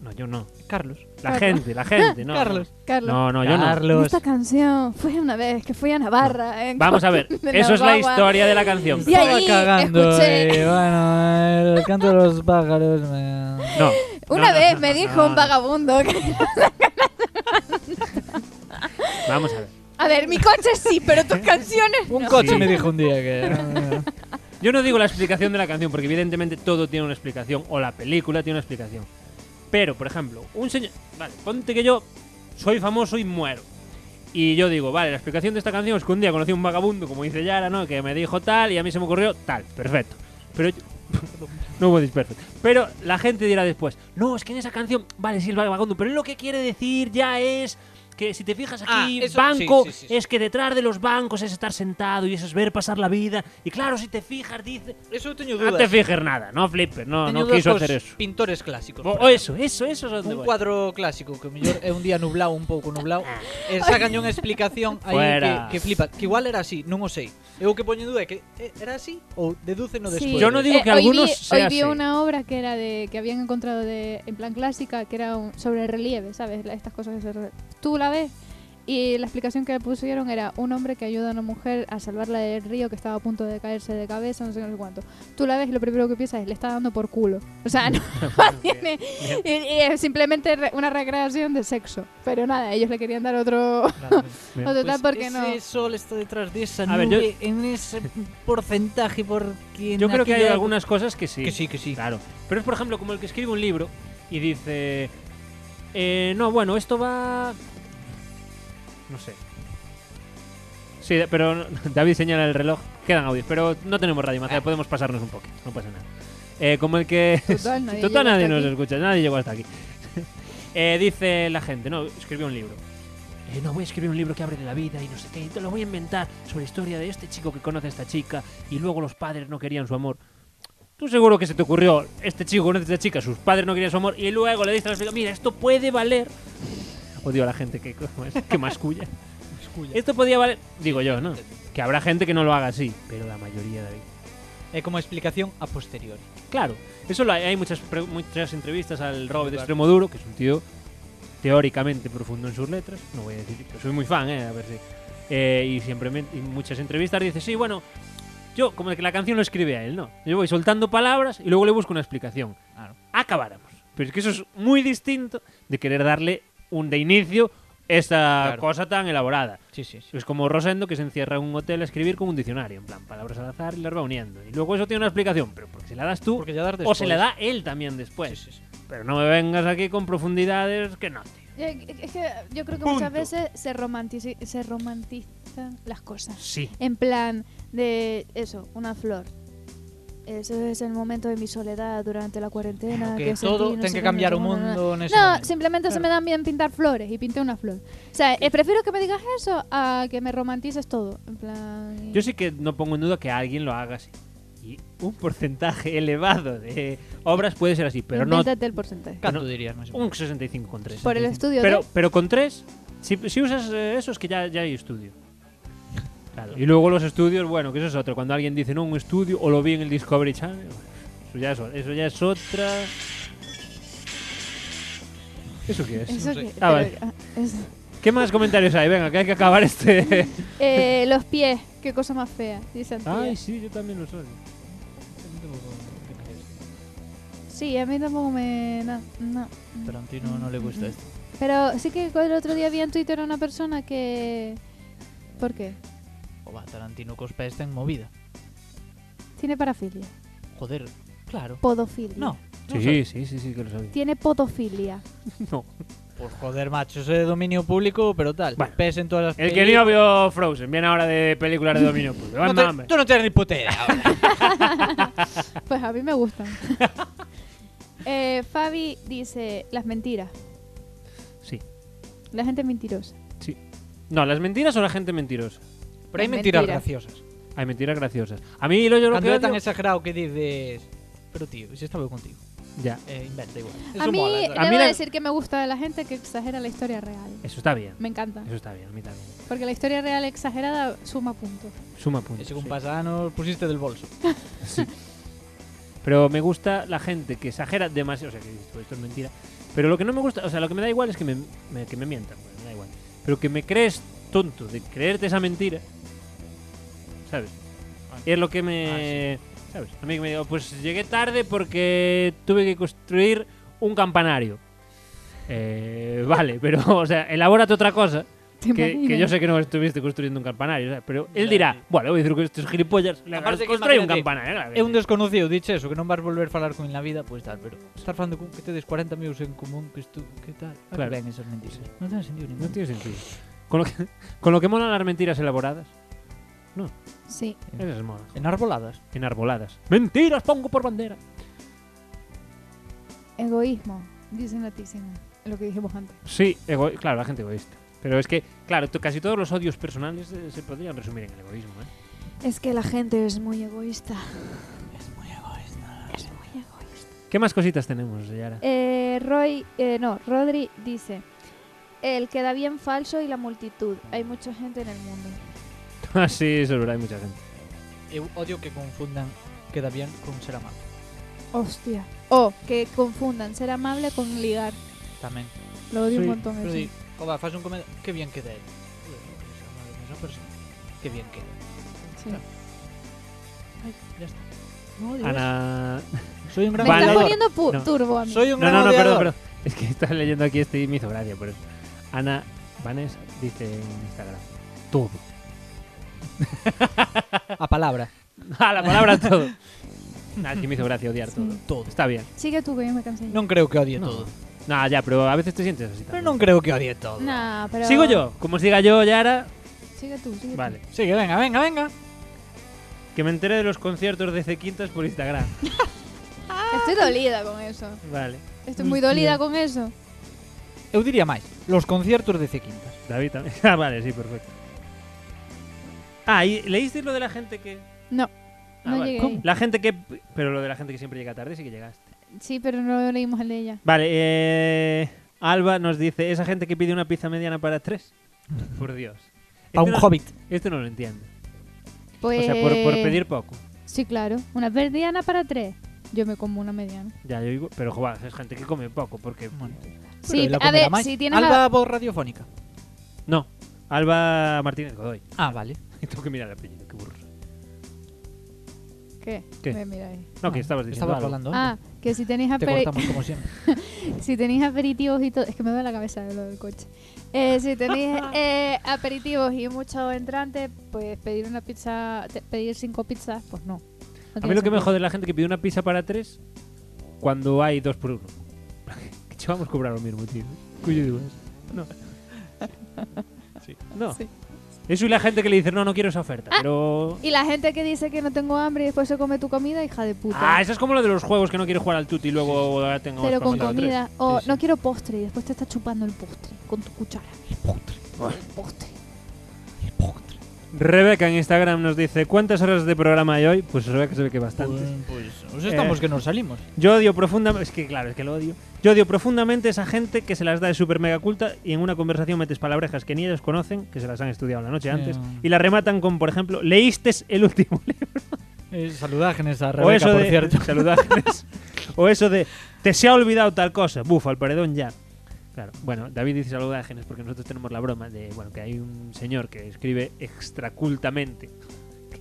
No, yo no. Carlos. La Carlos. gente, la gente, no. Carlos. Carlos. No, no, yo no. En Carlos. Esta canción fue una vez que fui a Navarra. en Vamos a ver, coche de eso es la guagua. historia de la canción. Y allí escuché. eh, bueno, el canto de los pájaros. me- No. Una no, no, vez no, me no, dijo no, un no. vagabundo que Vamos a ver. A ver, mi coche sí, pero tus canciones. Un no. coche Sí. me dijo un día que. Yo no digo la explicación de la canción, porque evidentemente todo tiene una explicación, o la película tiene una explicación. Pero, por ejemplo, un señor. Vale, ponte que yo soy famoso y muero. Y yo digo, vale, la explicación de esta canción es que un día conocí a un vagabundo, como dice Yara, ¿no? Que me dijo tal y a mí se me ocurrió tal. Perfecto. Pero. yo- no hubo perfecto. Pero la gente dirá después, no, es que en esa canción. Vale, sí, el vagabundo, pero él lo que quiere decir ya es. Que si te fijas Ah, aquí, eso- banco sí, sí, sí, sí. es que detrás de los bancos es estar sentado y eso es ver pasar la vida. Y claro, si te fijas, dice. Eso teño No te fijes nada, no flipper, no, Teño no dudas quiso cos hacer eso. Pintores clásicos. O, por o eso, eso, eso es donde Un voy. Ah. cuadro clásico que mellor é un día nublado, un pouco nublado, e sacan unha explicación aí Fuera. que, que flipa, que igual era así, non o sei. Eu o que poño en dúa é que eh, era así ou dedúceno Sí. despois. Eh, Yo no digo que hoy algunos vi, sea hoy así. vi una obra que era de que habían encontrado de en plan clásica que era un- sobre relieve, ¿sabes? La- Estas cosas que se re- tú la ves y la explicación que le pusieron era un hombre que ayuda a una mujer a salvarla del río que estaba a punto de caerse de cabeza, no sé, no sé cuánto. Tú la ves y lo primero que piensas es le está dando por culo. O sea, no tiene y, y es simplemente re- una recreación de sexo, pero nada, ellos le querían dar otro Claro, Bien. otro tal Pues porque no. ese sol está detrás de esa A ver, nube en ese porcentaje porque en Yo creo que hay aquella- algunas cosas que sí. que sí, que sí. Claro. Pero es, por ejemplo, como el que escribe un libro y dice. eh, no, bueno, esto va. No sé. Sí, pero David señala el reloj. Quedan audios, pero no tenemos radio, Maceda, podemos pasarnos un poquito, no pasa nada. Eh, como el que. Total, nadie Total, llegó nadie hasta nos aquí. escucha, nadie llegó hasta aquí. Eh, dice la gente, no, escribió un libro. Eh, no, voy a escribir un libro que abre de la vida y no sé qué, y te lo voy a inventar sobre la historia de este chico que conoce a esta chica y luego los padres no querían su amor. Tú seguro que se te ocurrió, este chico conoce a esta chica, sus padres no querían su amor y luego le diste a la chica, mira, esto puede valer. Odio a la gente que, que masculla. Esculla. Esto podía valer, digo yo, ¿no? Que habrá gente que no lo haga así, pero la mayoría de ahí. É como explicación a posteriori. Claro, eso lo hay, hay muchas, pre- muchas entrevistas al Robert Claro. Extremoduro, que es un tío teóricamente profundo en sus letras. No voy a decir, yo soy muy fan, ¿eh? A ver si. eh, y siempre me- en muchas entrevistas dice, sí, bueno, yo como que la canción lo escribe a él, ¿no? Yo voy soltando palabras y luego le busco una explicación. Claro. Acabáramos. Pero es que eso es muy distinto de querer darle un de inicio esta Claro. cosa tan elaborada. Sí, sí, sí. Es como Rosendo que se encierra en un hotel a escribir con un diccionario, en plan, palabras al azar y las va uniendo. Y luego eso tiene una explicación, pero porque se la das tú Porque ya dar o se después. la da él también después. Sí, sí, sí. Pero no me vengas aquí con profundidades que no, tío. Eh, Es que yo creo que Punto. muchas veces se, romantici- se romantizan las cosas. Sí. En plan de eso, una flor. Eso es el momento de mi soledad durante la cuarentena. Que que sentí, todo no tiene sé que qué, cambiar no un sé cómo, no, no, no. mundo en ese No, momento. simplemente se Claro. me dan bien pintar flores y pinté una flor. O sea, eh, prefiero que me digas eso a que me romantices todo. En plan. Yo sí que no pongo en duda que alguien lo haga así. Y un porcentaje elevado de obras puede ser así, pero no Invéntate el porcentaje. Canto no- dirías más o menos. un 65 con 3. Por el estudio Pero, de- pero con 3, si, si usas eh, eso es que ya, ya hay estudio. Claro. Y luego los estudios, bueno, que eso es otro. Cuando alguien dice, no, un estudio, o lo vi en el Discovery Channel, eso ya es, o- eso ya es otra... ¿Eso qué es? Eso que- Ah, vale. pero- ah, es- ¿Qué más comentarios hay? Venga, que hay que acabar este... Eh, los pies, qué cosa más fea, dice Antía. Ay, sí, yo también lo soy. Sí, a mí tampoco me. No, no. Tarantino no le gusta esto. Pero sí que el otro día vi en Twitter a una persona que. ¿Por qué? O va, Tarantino cospa está en movida. Tiene parafilia. Joder, claro. Podofilia. No. no Sí, sí, sí, sí, que lo sabía. Tiene podofilia. No. Pues joder, macho, eso de dominio público, pero tal. Bueno. Pes en todas las El que no vio Frozen, viene ahora de películas de dominio público. No Anda, te- hombre. tú no tienes ni puta idea. ahora. Pues a mí me gustan. eh, Fabi dice: las mentiras. Sí. La gente mentirosa. No, las mentiras son la gente mentirosa. Pero hay Las mentiras mentiras. graciosas. Hay mentiras graciosas. A mí lo yo lo Cuando que é tan odio- exagerado que dices... Pero tío, si estaba eu contigo. Ya, Eh, inventa igual. a Eso mí, mola. debo ¿sabes? mí la- decir que me gusta la gente que exagera la historia real. eso está bien. Me encanta. Eso está bien, a mí también. Porque la historia real exagerada suma puntos. Suma puntos. sí. Ese compasanos pusiste del bolso. Pero me gusta la gente que exagera demasiado. O sea, que dices, "Pues esto es mentira. Pero lo que no me gusta, o sea, lo que me da igual es que me, me- que me mientan. bueno, me da igual. Pero que me crees tonto de creerte esa mentira. ¿Sabes? Bueno. Es lo que me. ¿Sabes? A mí que me digo, pues llegué tarde porque tuve que construir un campanario. Eh, vale, pero, o sea, elabórate otra cosa. ¿Te Que, que imaginas? yo sé que no estuviste construyendo un campanario, ¿sabes? pero él Ya, dirá, sí. bueno, voy a decir que estos gilipollas le Aparte que construí un imagínate, campanario. claro que É un sí". desconocido, diche eso, que non vas volver a falar con él na vida, pois pues, tal, pero estar falando con que tedes 40 amigos en común, que estu, que tal. Ah, Claro. claro. ben esas mentiras. Non ten sentido ningún. No tiene sentido. Con lo que, con lo que molan las mentiras elaboradas. Sí. Esas molan. Enarboladas. Enarboladas. Mentiras pongo por bandera. Egoísmo, dice Natísima. Lo que dijimos antes. Sí, ego- claro, la gente egoísta. Pero es que, claro, to- casi todos los odios personales eh, se podrían resumir en el egoísmo. ¿eh? Es que la gente es muy egoísta. Es moi egoísta. Es muy egoísta. ¿Qué más cositas tenemos, Yara? Eh, Roy, eh, no, Rodri dice: El que da bien falso y la multitud. Hay mucha gente en el mundo. Ah, sí, eso es verdad, hay mucha gente. Eu odio que confundan queda bien con ser amado. Hostia. O que confundan ser amable con ligar. Tamén. Lo odio Sí, un montón. Pero eso. di, "Oba, faz un comentario, que bien queda él. Joder, es amado con esa persona. Que bien queda. Sí. Ay, ya está. No, odio Ana. eso. Soy un Me gran estás Vale. odiador. poniendo pu- No. turbo a mí. Soy un No, gran no, no, perdón, odiador. perdón. Es que estaba leyendo aquí este y me hizo gracia por eso. Ana Vanes dice en Instagram: todo. A palabra. Ah, la palabra todo. Nada, es que me hizo gracia odiar todo. Todo. Está bien. Sigue tú que yo me cansé. Non creo que odie No. todo. Nah, ya, pero a veces te sientes así. Pero también. non creo que odie todo. Nah, pero. Sigo yo. Como siga yo, Yara. Sigue tú, sigue tú. Vale. Sí, que venga, venga, venga. Que me enteré de los conciertos de Cequintas por Instagram. Estoy dolida con eso. Vale. Estoy muy Hostia. dolida con eso. Eu diría máis, los conciertos de C Quintas. David también. Ah, vale, sí, perfecto. Ah, ¿y leísteis lo de la gente que.? No. Ah, no vale. llegué. ahí. La gente que. Pero lo de la gente que siempre llega tarde sí que llegaste. Sí, pero no leímos el de ella. Vale, eh. Alba nos dice: esa gente que pide una pizza mediana para tres. Por Dios. A un no, hobbit. Este no lo entiendo. Pues... O sea, por, por pedir poco. Sí, claro. Una mediana para tres. Yo me como una mediana. Ya, yo digo. Pero, joder, es gente que come poco porque. Bueno. Pero Sí, ela a comerá ver, máis. si tienes... Alba, voz radiofónica. No. Alba Martínez Godoy. Ah, vale. Tengo que mirar el apellido, qué burro. soy. ¿Qué? ¿Qué? Me mira ahí. No, que estabas diciendo. Estabas algo. hablando. Ah, que si tenéis, Te aperi- cortamos como siempre. si tenéis aperitivos y todo... Es que me duele la cabeza de lo del coche. Eh, si tenéis eh, aperitivos y mucho entrante, pues pedir una pizza, te- pedir cinco pizzas, pues no. No A tiene mí lo que me sentido. jode la gente que pide una pizza para tres cuando hay dos por uno. Que che, vamos a cobrar lo mismo, tío. Cuyo digo es. No. No. Sí. Eso y la gente que le dice, no, no quiero esa oferta. Ah. Pero. Y la gente que dice que no tengo hambre y después se come tu comida, hija de puta. Ah, eso es como lo de los juegos que no quiero jugar al tutti y luego ahora tengo Pero para con mandar a tres. comida. O Sí, sí. no quiero postre y después te está chupando el postre con tu cuchara. El postre. El postre. El postre. Rebeca en Instagram nos dice, ¿cuántas horas de programa hay hoy? Pues Rebeca se ve que bastantes. Pues, pues os estamos Eh. que nos salimos. Yo odio profundamente. Es que claro, es que lo odio. Yo odio profundamente esa gente que se las da de súper mega culta y en una conversación metes palabrejas que ni ellos conocen, que se las han estudiado la noche Sí, antes, no. y la rematan con, por ejemplo, leíste el último libro. Eh, saludágenes a Rebeca, por de. cierto. saludajes. o eso de. Te se ha olvidado tal cosa. Buf, al paredón ya. Claro. Bueno, David dice saludágenes porque nosotros tenemos la broma de bueno que hay un señor que escribe extracultamente.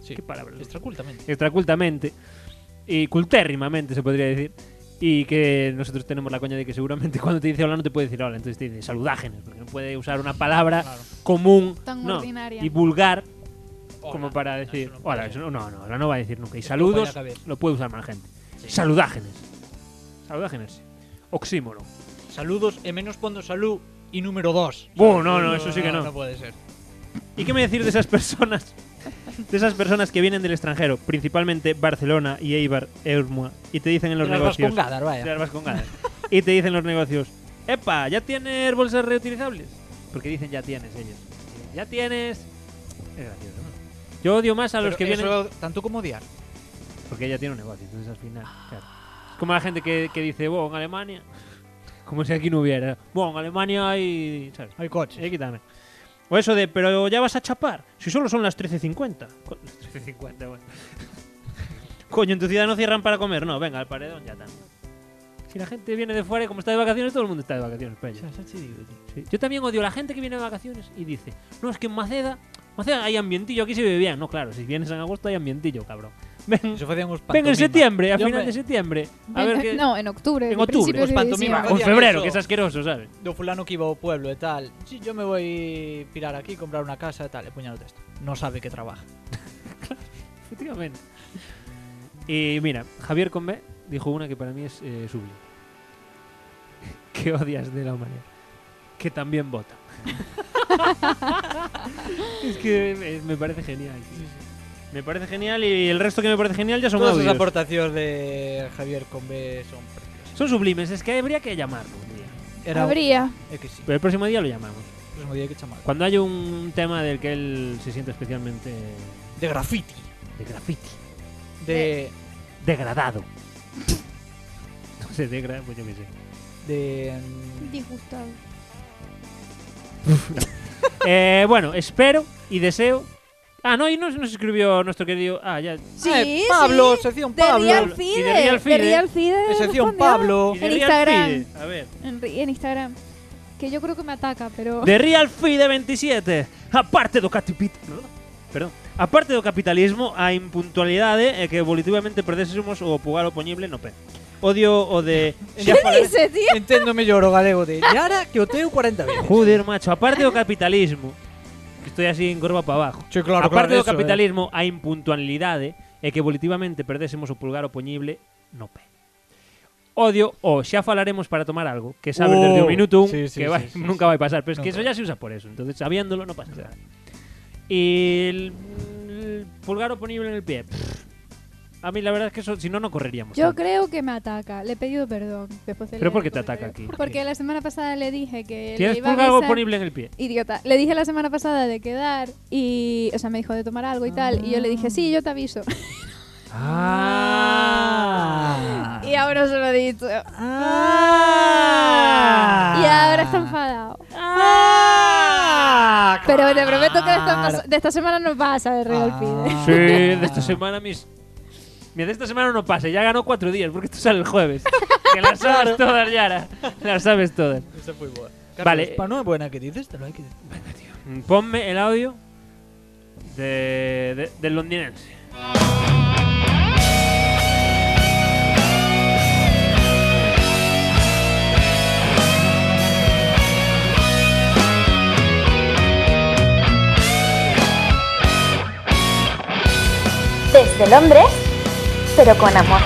Sí. ¿Qué palabra? Extracultamente. extracultamente y cultérrimamente se podría decir y que nosotros tenemos la coña de que seguramente cuando te dice hola no te puede decir hola entonces te dice saludágenes porque no puede usar una palabra Claro. común Tan no, ordinaria. y vulgar Hola. como para decir no puede hola ser. eso no, no no hola no va a decir nunca y Esto saludos vaya a caber. lo puede usar más gente Sí. saludágenes saludágenes oxímoro Saludos e menos cuando salud y número 2. Buh, Uh, no, no, eso sí que no. No puede ser. ¿Y qué me decir de esas personas? De esas personas que vienen del extranjero, principalmente Barcelona y Eibar, Ermua, y te dicen en los Las negocios. vascongadas, vaya. de las vascongadas. y te dicen los negocios, ¡epa! ¿Ya tienes bolsas reutilizables? Porque dicen ya tienes ellos. Ya tienes. Es gracioso, ¿no? Yo odio más a los Pero que vienen. eso, Tanto como odiar. Porque ella tiene un negocio, entonces al final. Ah. Claro. Es como la gente que, que dice, ¡Wow, en Alemania! Como si aquí no hubiera. ¡Wow, en Alemania hay. ¿sabes? Hay coches. Eh, quítame. O eso de, pero ya vas a chapar. Si solo son las 13.50. Co- Las 13.50, bueno. Coño, en tu ciudad no cierran para comer. No, venga, al paredón ya también. Si la gente viene de fuera y como está de vacaciones, todo el mundo está de vacaciones, O peña. sea, eso sí digo, tío. Sí. Yo también odio a la gente que viene de vacaciones y dice, no, es que en Maceda, Maceda hay ambientillo, aquí se vive bien. No, claro, si vienes en agosto hay ambientillo, cabrón. Ven, Eso hacían ven en unos pantomimas. septiembre, a Yo final me- de septiembre. A ver qué... No, en octubre. En octubre, principios pues, de pantomima. diciembre. O en febrero, Eso. que es asqueroso, ¿sabes? Do fulano que iba ao pueblo e tal. Si, yo me voy a pirar aquí, comprar una casa e tal. E puñalo texto. No sabe que trabaja. Efectivamente. Y mira, Javier Convé dijo una que para mí es eh, sublime. ¿Qué odias de la humanidad? Que también vota. es que me- me parece genial. Me parece genial y el resto que me parece genial ya son Todas as audios. aportacións de Javier Combe son preciosas. Son sublimes, es que habría que llamarlo un día. Era Habría. É que sí. Pues Pero el próximo día lo llamamos. O próximo día hai que chamar. Cuando haya un tema del que él se sienta especialmente De graffiti. de graffiti. De... Degradado. No sé, degra... pues yo qué sé. De... mm, Disgustado. Eh, bueno, espero y deseo. Ah, no, y nos, nos escribió nuestro querido. Ah, ya. Sí, eh, Pablo, sí. sección De Pablo. Real Y de Real Fide. Fide. De Real Fide. Sección respondió. Pablo. Y de En Real Instagram. Fide, A ver. En, ri- en Instagram. Que yo creo que me ataca, pero. De Real Fide 27. Aparte do capitalismo. Perdón. Aparte do capitalismo, a impuntualidade e que volitivamente perdésemos o pugar o poñible no pé. Odio o de... ¿Qué Dice, tío. Entendo mellor o galego de Yara que o teu 40 veces. Joder, macho. Aparte do capitalismo. Que estoy así en curva para abajo. Sí, claro, eh. Aparte do claro, capitalismo, a impuntualidade e que volitivamente perdésemos o pulgar o poñible no pé. Odio o xa falaremos para tomar algo, que sabes Oh, desde o minuto un sí, que sí, sí, vai, sí, nunca vai pasar, pero es que Nunca. eso ya se usa por eso, entonces sabiéndolo no pasa nada. Y el, el pulgar o poñible en el pie. pff, A mí la verdad es que eso, si no, no correríamos. Yo tanto. creo que me ataca. Le he pedido perdón. Después de ¿Pero leer por qué el te comentario. ataca aquí? Porque la semana pasada le dije que. ¿Tienes le iba a pulgar o avisar- ponible en el pie? Idiota. Le dije la semana pasada de quedar y. O sea, me dijo de tomar algo y tal. Y yo le dije, sí, yo te aviso. Ah. y ahora se lo he dicho. Ah. Y ahora está enfadado. ¡Ah! Pero te prometo que de esta, de esta semana no pasa de Real Pide. Sí, de esta semana mis. Mira, de esta semana no pase, ya ganó cuatro días, porque esto sale el jueves. que las sabes todas, Yara. Las sabes todas. Esa foi boa. Vale. Carlos, pa non é buena que dices, te lo hai que decir. Mm, Ponme el audio de, de- del londinense. Desde Londres, pero con amor.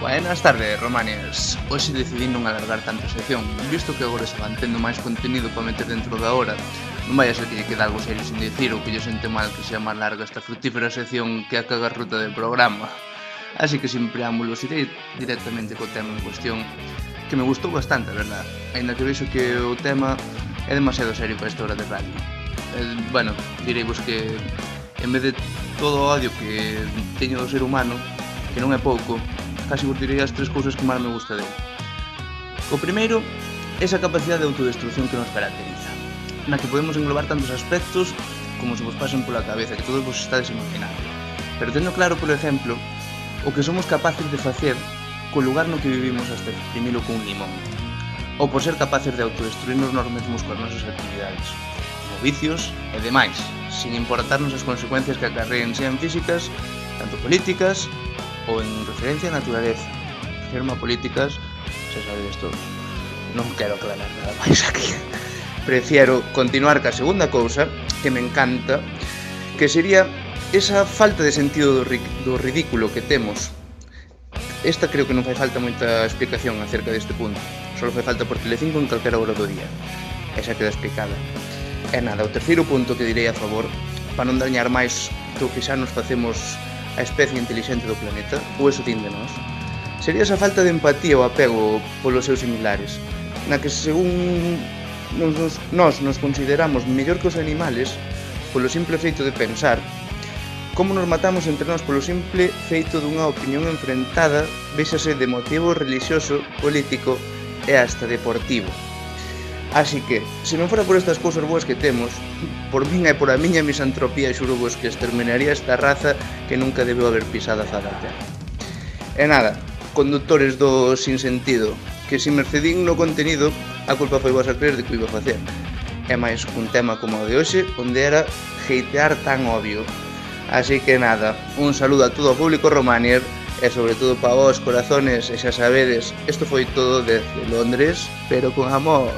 Buenas tardes, Romanes. Hoxe decidí non alargar tanto a sección, visto que agora se van tendo máis contenido para meter dentro da hora. Non vai a ser que lle queda algo serio sin dicir ou que lle sente mal que sea máis larga esta frutífera sección que a cagarruta del programa. Así que sin preámbulos irei directamente co tema en cuestión, que me gustou bastante, a verdad. Ainda que vexo que o tema é demasiado serio para esta hora de radio. Eh, bueno, direivos que en vez de todo o odio que teño do ser humano, que non é pouco, casi vos direi as tres cousas que máis me gusta dele. O primeiro, esa capacidade de autodestrucción que nos caracteriza, na que podemos englobar tantos aspectos como se vos pasen pola cabeza, que todos vos estades imaginando. Pero tendo claro, por exemplo, o que somos capaces de facer co lugar no que vivimos hasta exprimilo cun limón, ou por ser capaces de autodestruirnos nós mesmos coas nosas actividades, como vicios e demais, sin importarnos as consecuencias que acarreen sean físicas, tanto políticas, ou en referencia á naturaleza. Firma políticas, se sabedes todos. Non quero aclarar nada máis aquí. Prefiero continuar ca segunda cousa que me encanta, que sería esa falta de sentido do, ri do ridículo que temos. Esta creo que non fai falta moita explicación acerca deste punto. Solo fai falta por Telecinco en calquera hora do día. Esa queda explicada. E nada, o terceiro punto que direi a favor, para non dañar máis do que xa nos facemos a especie intelixente do planeta, ou eso din de nós, sería esa falta de empatía ou apego polos seus similares, na que según nos, nos, nós nos consideramos mellor que os animales polo simple feito de pensar, como nos matamos entre nós polo simple feito dunha opinión enfrentada, véxase de motivo religioso, político e hasta deportivo. Así que, se non fora por estas cousas boas que temos, por min e por a miña misantropía xuro vos que exterminaría esta raza que nunca debeu haber pisado a fada terra. E nada, conductores do sin sentido, que se mercedín no contenido, a culpa foi vosa creer de que o iba a facer. É máis un tema como o de hoxe, onde era heitear tan obvio. Así que nada, un saludo a todo o público romanier, e sobre todo pa vos, corazones, e xa sabedes, isto foi todo desde Londres, pero con amor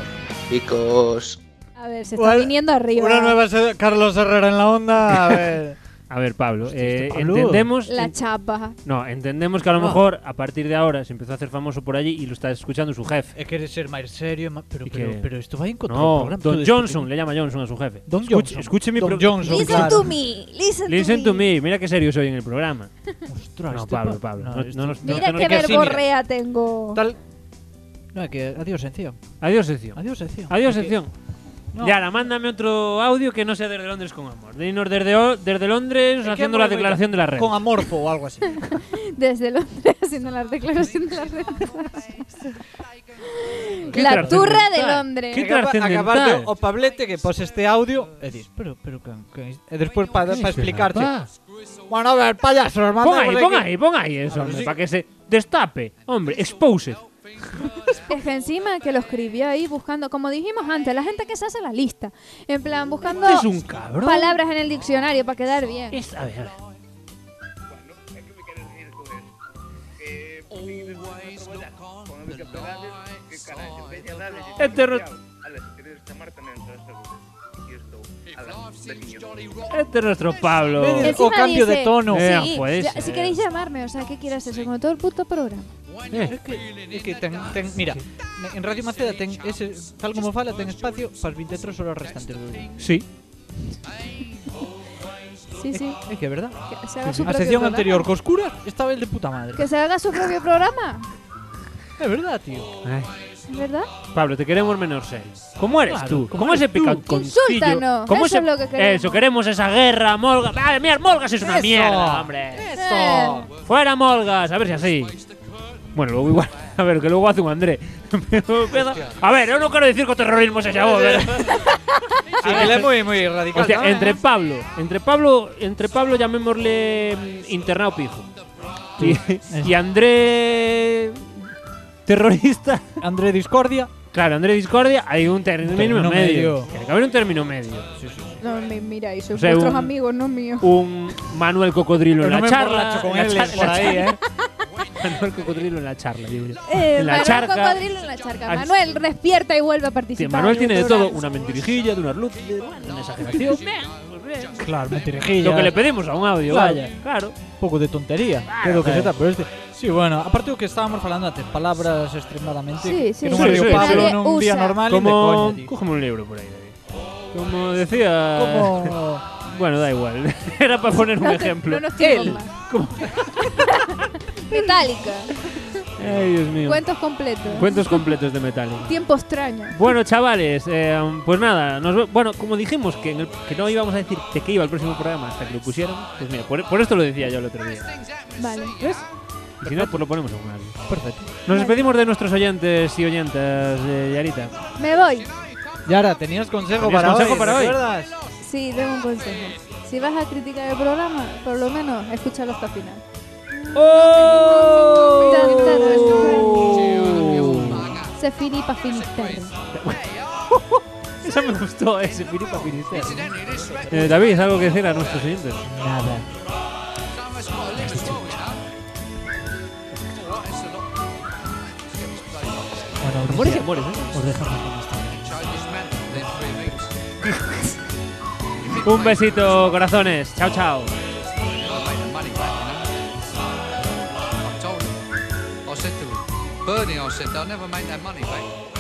e cos... A ver, se está viniendo arriba. Una nueva se- Carlos Herrera en la onda. A ver. A ver, Pablo, este eh, Pablo. entendemos. La chapa. No, entendemos que a lo No. mejor a partir de ahora se empezó a hacer famoso por allí y lo está escuchando su jefe. É querer ser máis serio, ma- pero, Y pero, que- pero isto vai en contra do No, programa. Don todo isto Johnson, que- le llama Johnson a su jefe. Don Escuche- Johnson. Escuche mi Don pro- Johnson, Listen claro. to me, listen, Listen to to me. me, mira qué serio soy en el programa. Ostras, no, este Pablo, pa- Pablo. no, No, este- no nos- no- Mira no nos qué quedes así, mira. verborrea tengo. Tal... No, é que adiós sección. Adiós, sección. Adiós sección. Adiós, É que- sección. No. Ya, la mándame otro audio que no sea desde Londres con amor. Dinos desde, o- desde Londres É que haciendo é la moi declaración de la red. bonito. Con amorfo ou algo así. Desde Londres haciendo la declaración de la red. Qué La turra de trascendental. Londres. Acaba- Acabarte o pablete que pos este audio e dis, pero, pero, can, can, e despois para Que pa isto explicarte. era, Bueno, a ver, payaso, hermano. Pon ahí, pon ahí, pon ahí eso, hombre, para que se destape. Hombre, expose. Es que encima que lo escribió ahí buscando, como dijimos antes, la gente que se hace la lista. En plan, buscando Este es un cabrón. palabras en el diccionario para quedar bien. A ver, a ver. Este ro- Este es nuestro Pablo. Encima dice, Eh, sí, joder, ya- si eh. queréis llamarme, o sea, ¿qué quieres hacer? Como todo el puto programa. É que, é que ten, ten, mira, en Radio Maceda ten ese, tal como fala, ten espacio para 23 horas restantes do día. Sí. Sí, sí. É que é verdad. Que se haga su A propio sección programa. anterior co oscuras estaba el de puta madre. Que se haga su propio programa. É verdad, tío. Ay, ¿Es verdad? Pablo, te queremos menos serio. ¿Cómo eres Claro, tú? ¿cómo ¿Cómo ese picanconcillo? Insúltanos, ¿Cómo ese- eso es lo que queremos. Eso, queremos esa guerra, Molgas. Vale, mira, Molgas es una Eso. mierda, hombre. Eso. Fuera, Molgas, a ver si así. Bueno, luego igual. A ver, que luego hace un André. Pero empieza- a ver, yo no quiero decir que terrorismo se llamó, pero- Sí, que le é moi moi radical. Hostia, ¿no? ¿eh? entre Pablo, entre Pablo, entre Pablo em, llamémosle mm, internado pijo. Y, y André terrorista. André Discordia. Claro, André Discordia, hay un término, término medio. medio. Tiene que haber un término medio. No, me miráis, sois O sea, vuestros un- amigos, no míos. Un Manuel Cocodrilo en Pero la no me charla. emborracho con en la él charla- en por la ahí, ¿eh? charla. Manuel Cocodrilo en la charla, yo diría. Eh, en la Manuel charca. Cocodrilo en la charca. Al- Manuel, despierta y vuelve a participar. Manuel tiene de todo, Neuronas. una mentirijilla, de unas luces, de una exageración. Claro, mentirijilla. Lo que le pedimos a un audio. Vaya. vale. Claro. pouco de tontería. Claro, creo que claro. seta, pero este... Sí, bueno, aparte do que estábamos falando antes, palabras extremadamente Sí, que- sí, que non sí, sí, sí, sí. Pablo Nadie nun día usa. normal Como- Como... de coña, tío. Cógeme un libro por ahí, David. Como decía... Como- Bueno, da igual. Era para poner un No te- ejemplo. no nos tiremos Él. más. Metálica. Ay, Dios mío. Cuentos completos. Cuentos completos de Metallica. Tiempo extraño. Bueno, chavales, eh, pues nada, nos ve- bueno, como dijimos que, en el- que no íbamos a decir de qué iba el próximo programa hasta que lo pusieron, pues mira, por, por esto lo decía yo el otro día. Vale. Y si no, pues lo ponemos en un audio. Perfecto. Nos despedimos de nuestros oyentes y oyentas eh, de Yarita. Me voy. Yara, tenías consejo Tenías para consejo hoy, para hoy. ¿recuerdas? Sí, tengo un consejo. Si vas a criticar el programa, por lo menos escúchalo hasta el final. Se finipa finisterre. Esa me gustó, ese Filipa Finisterre. Eh, David, ¿algo que decir a nuestros oyentes? Nada. Bueno, Amores y Ulises, amores, ¿eh? Os dejamos con esto. Un besito, corazones. Chao, chao. I said to him, Bernie, I said, they'll never make their money back.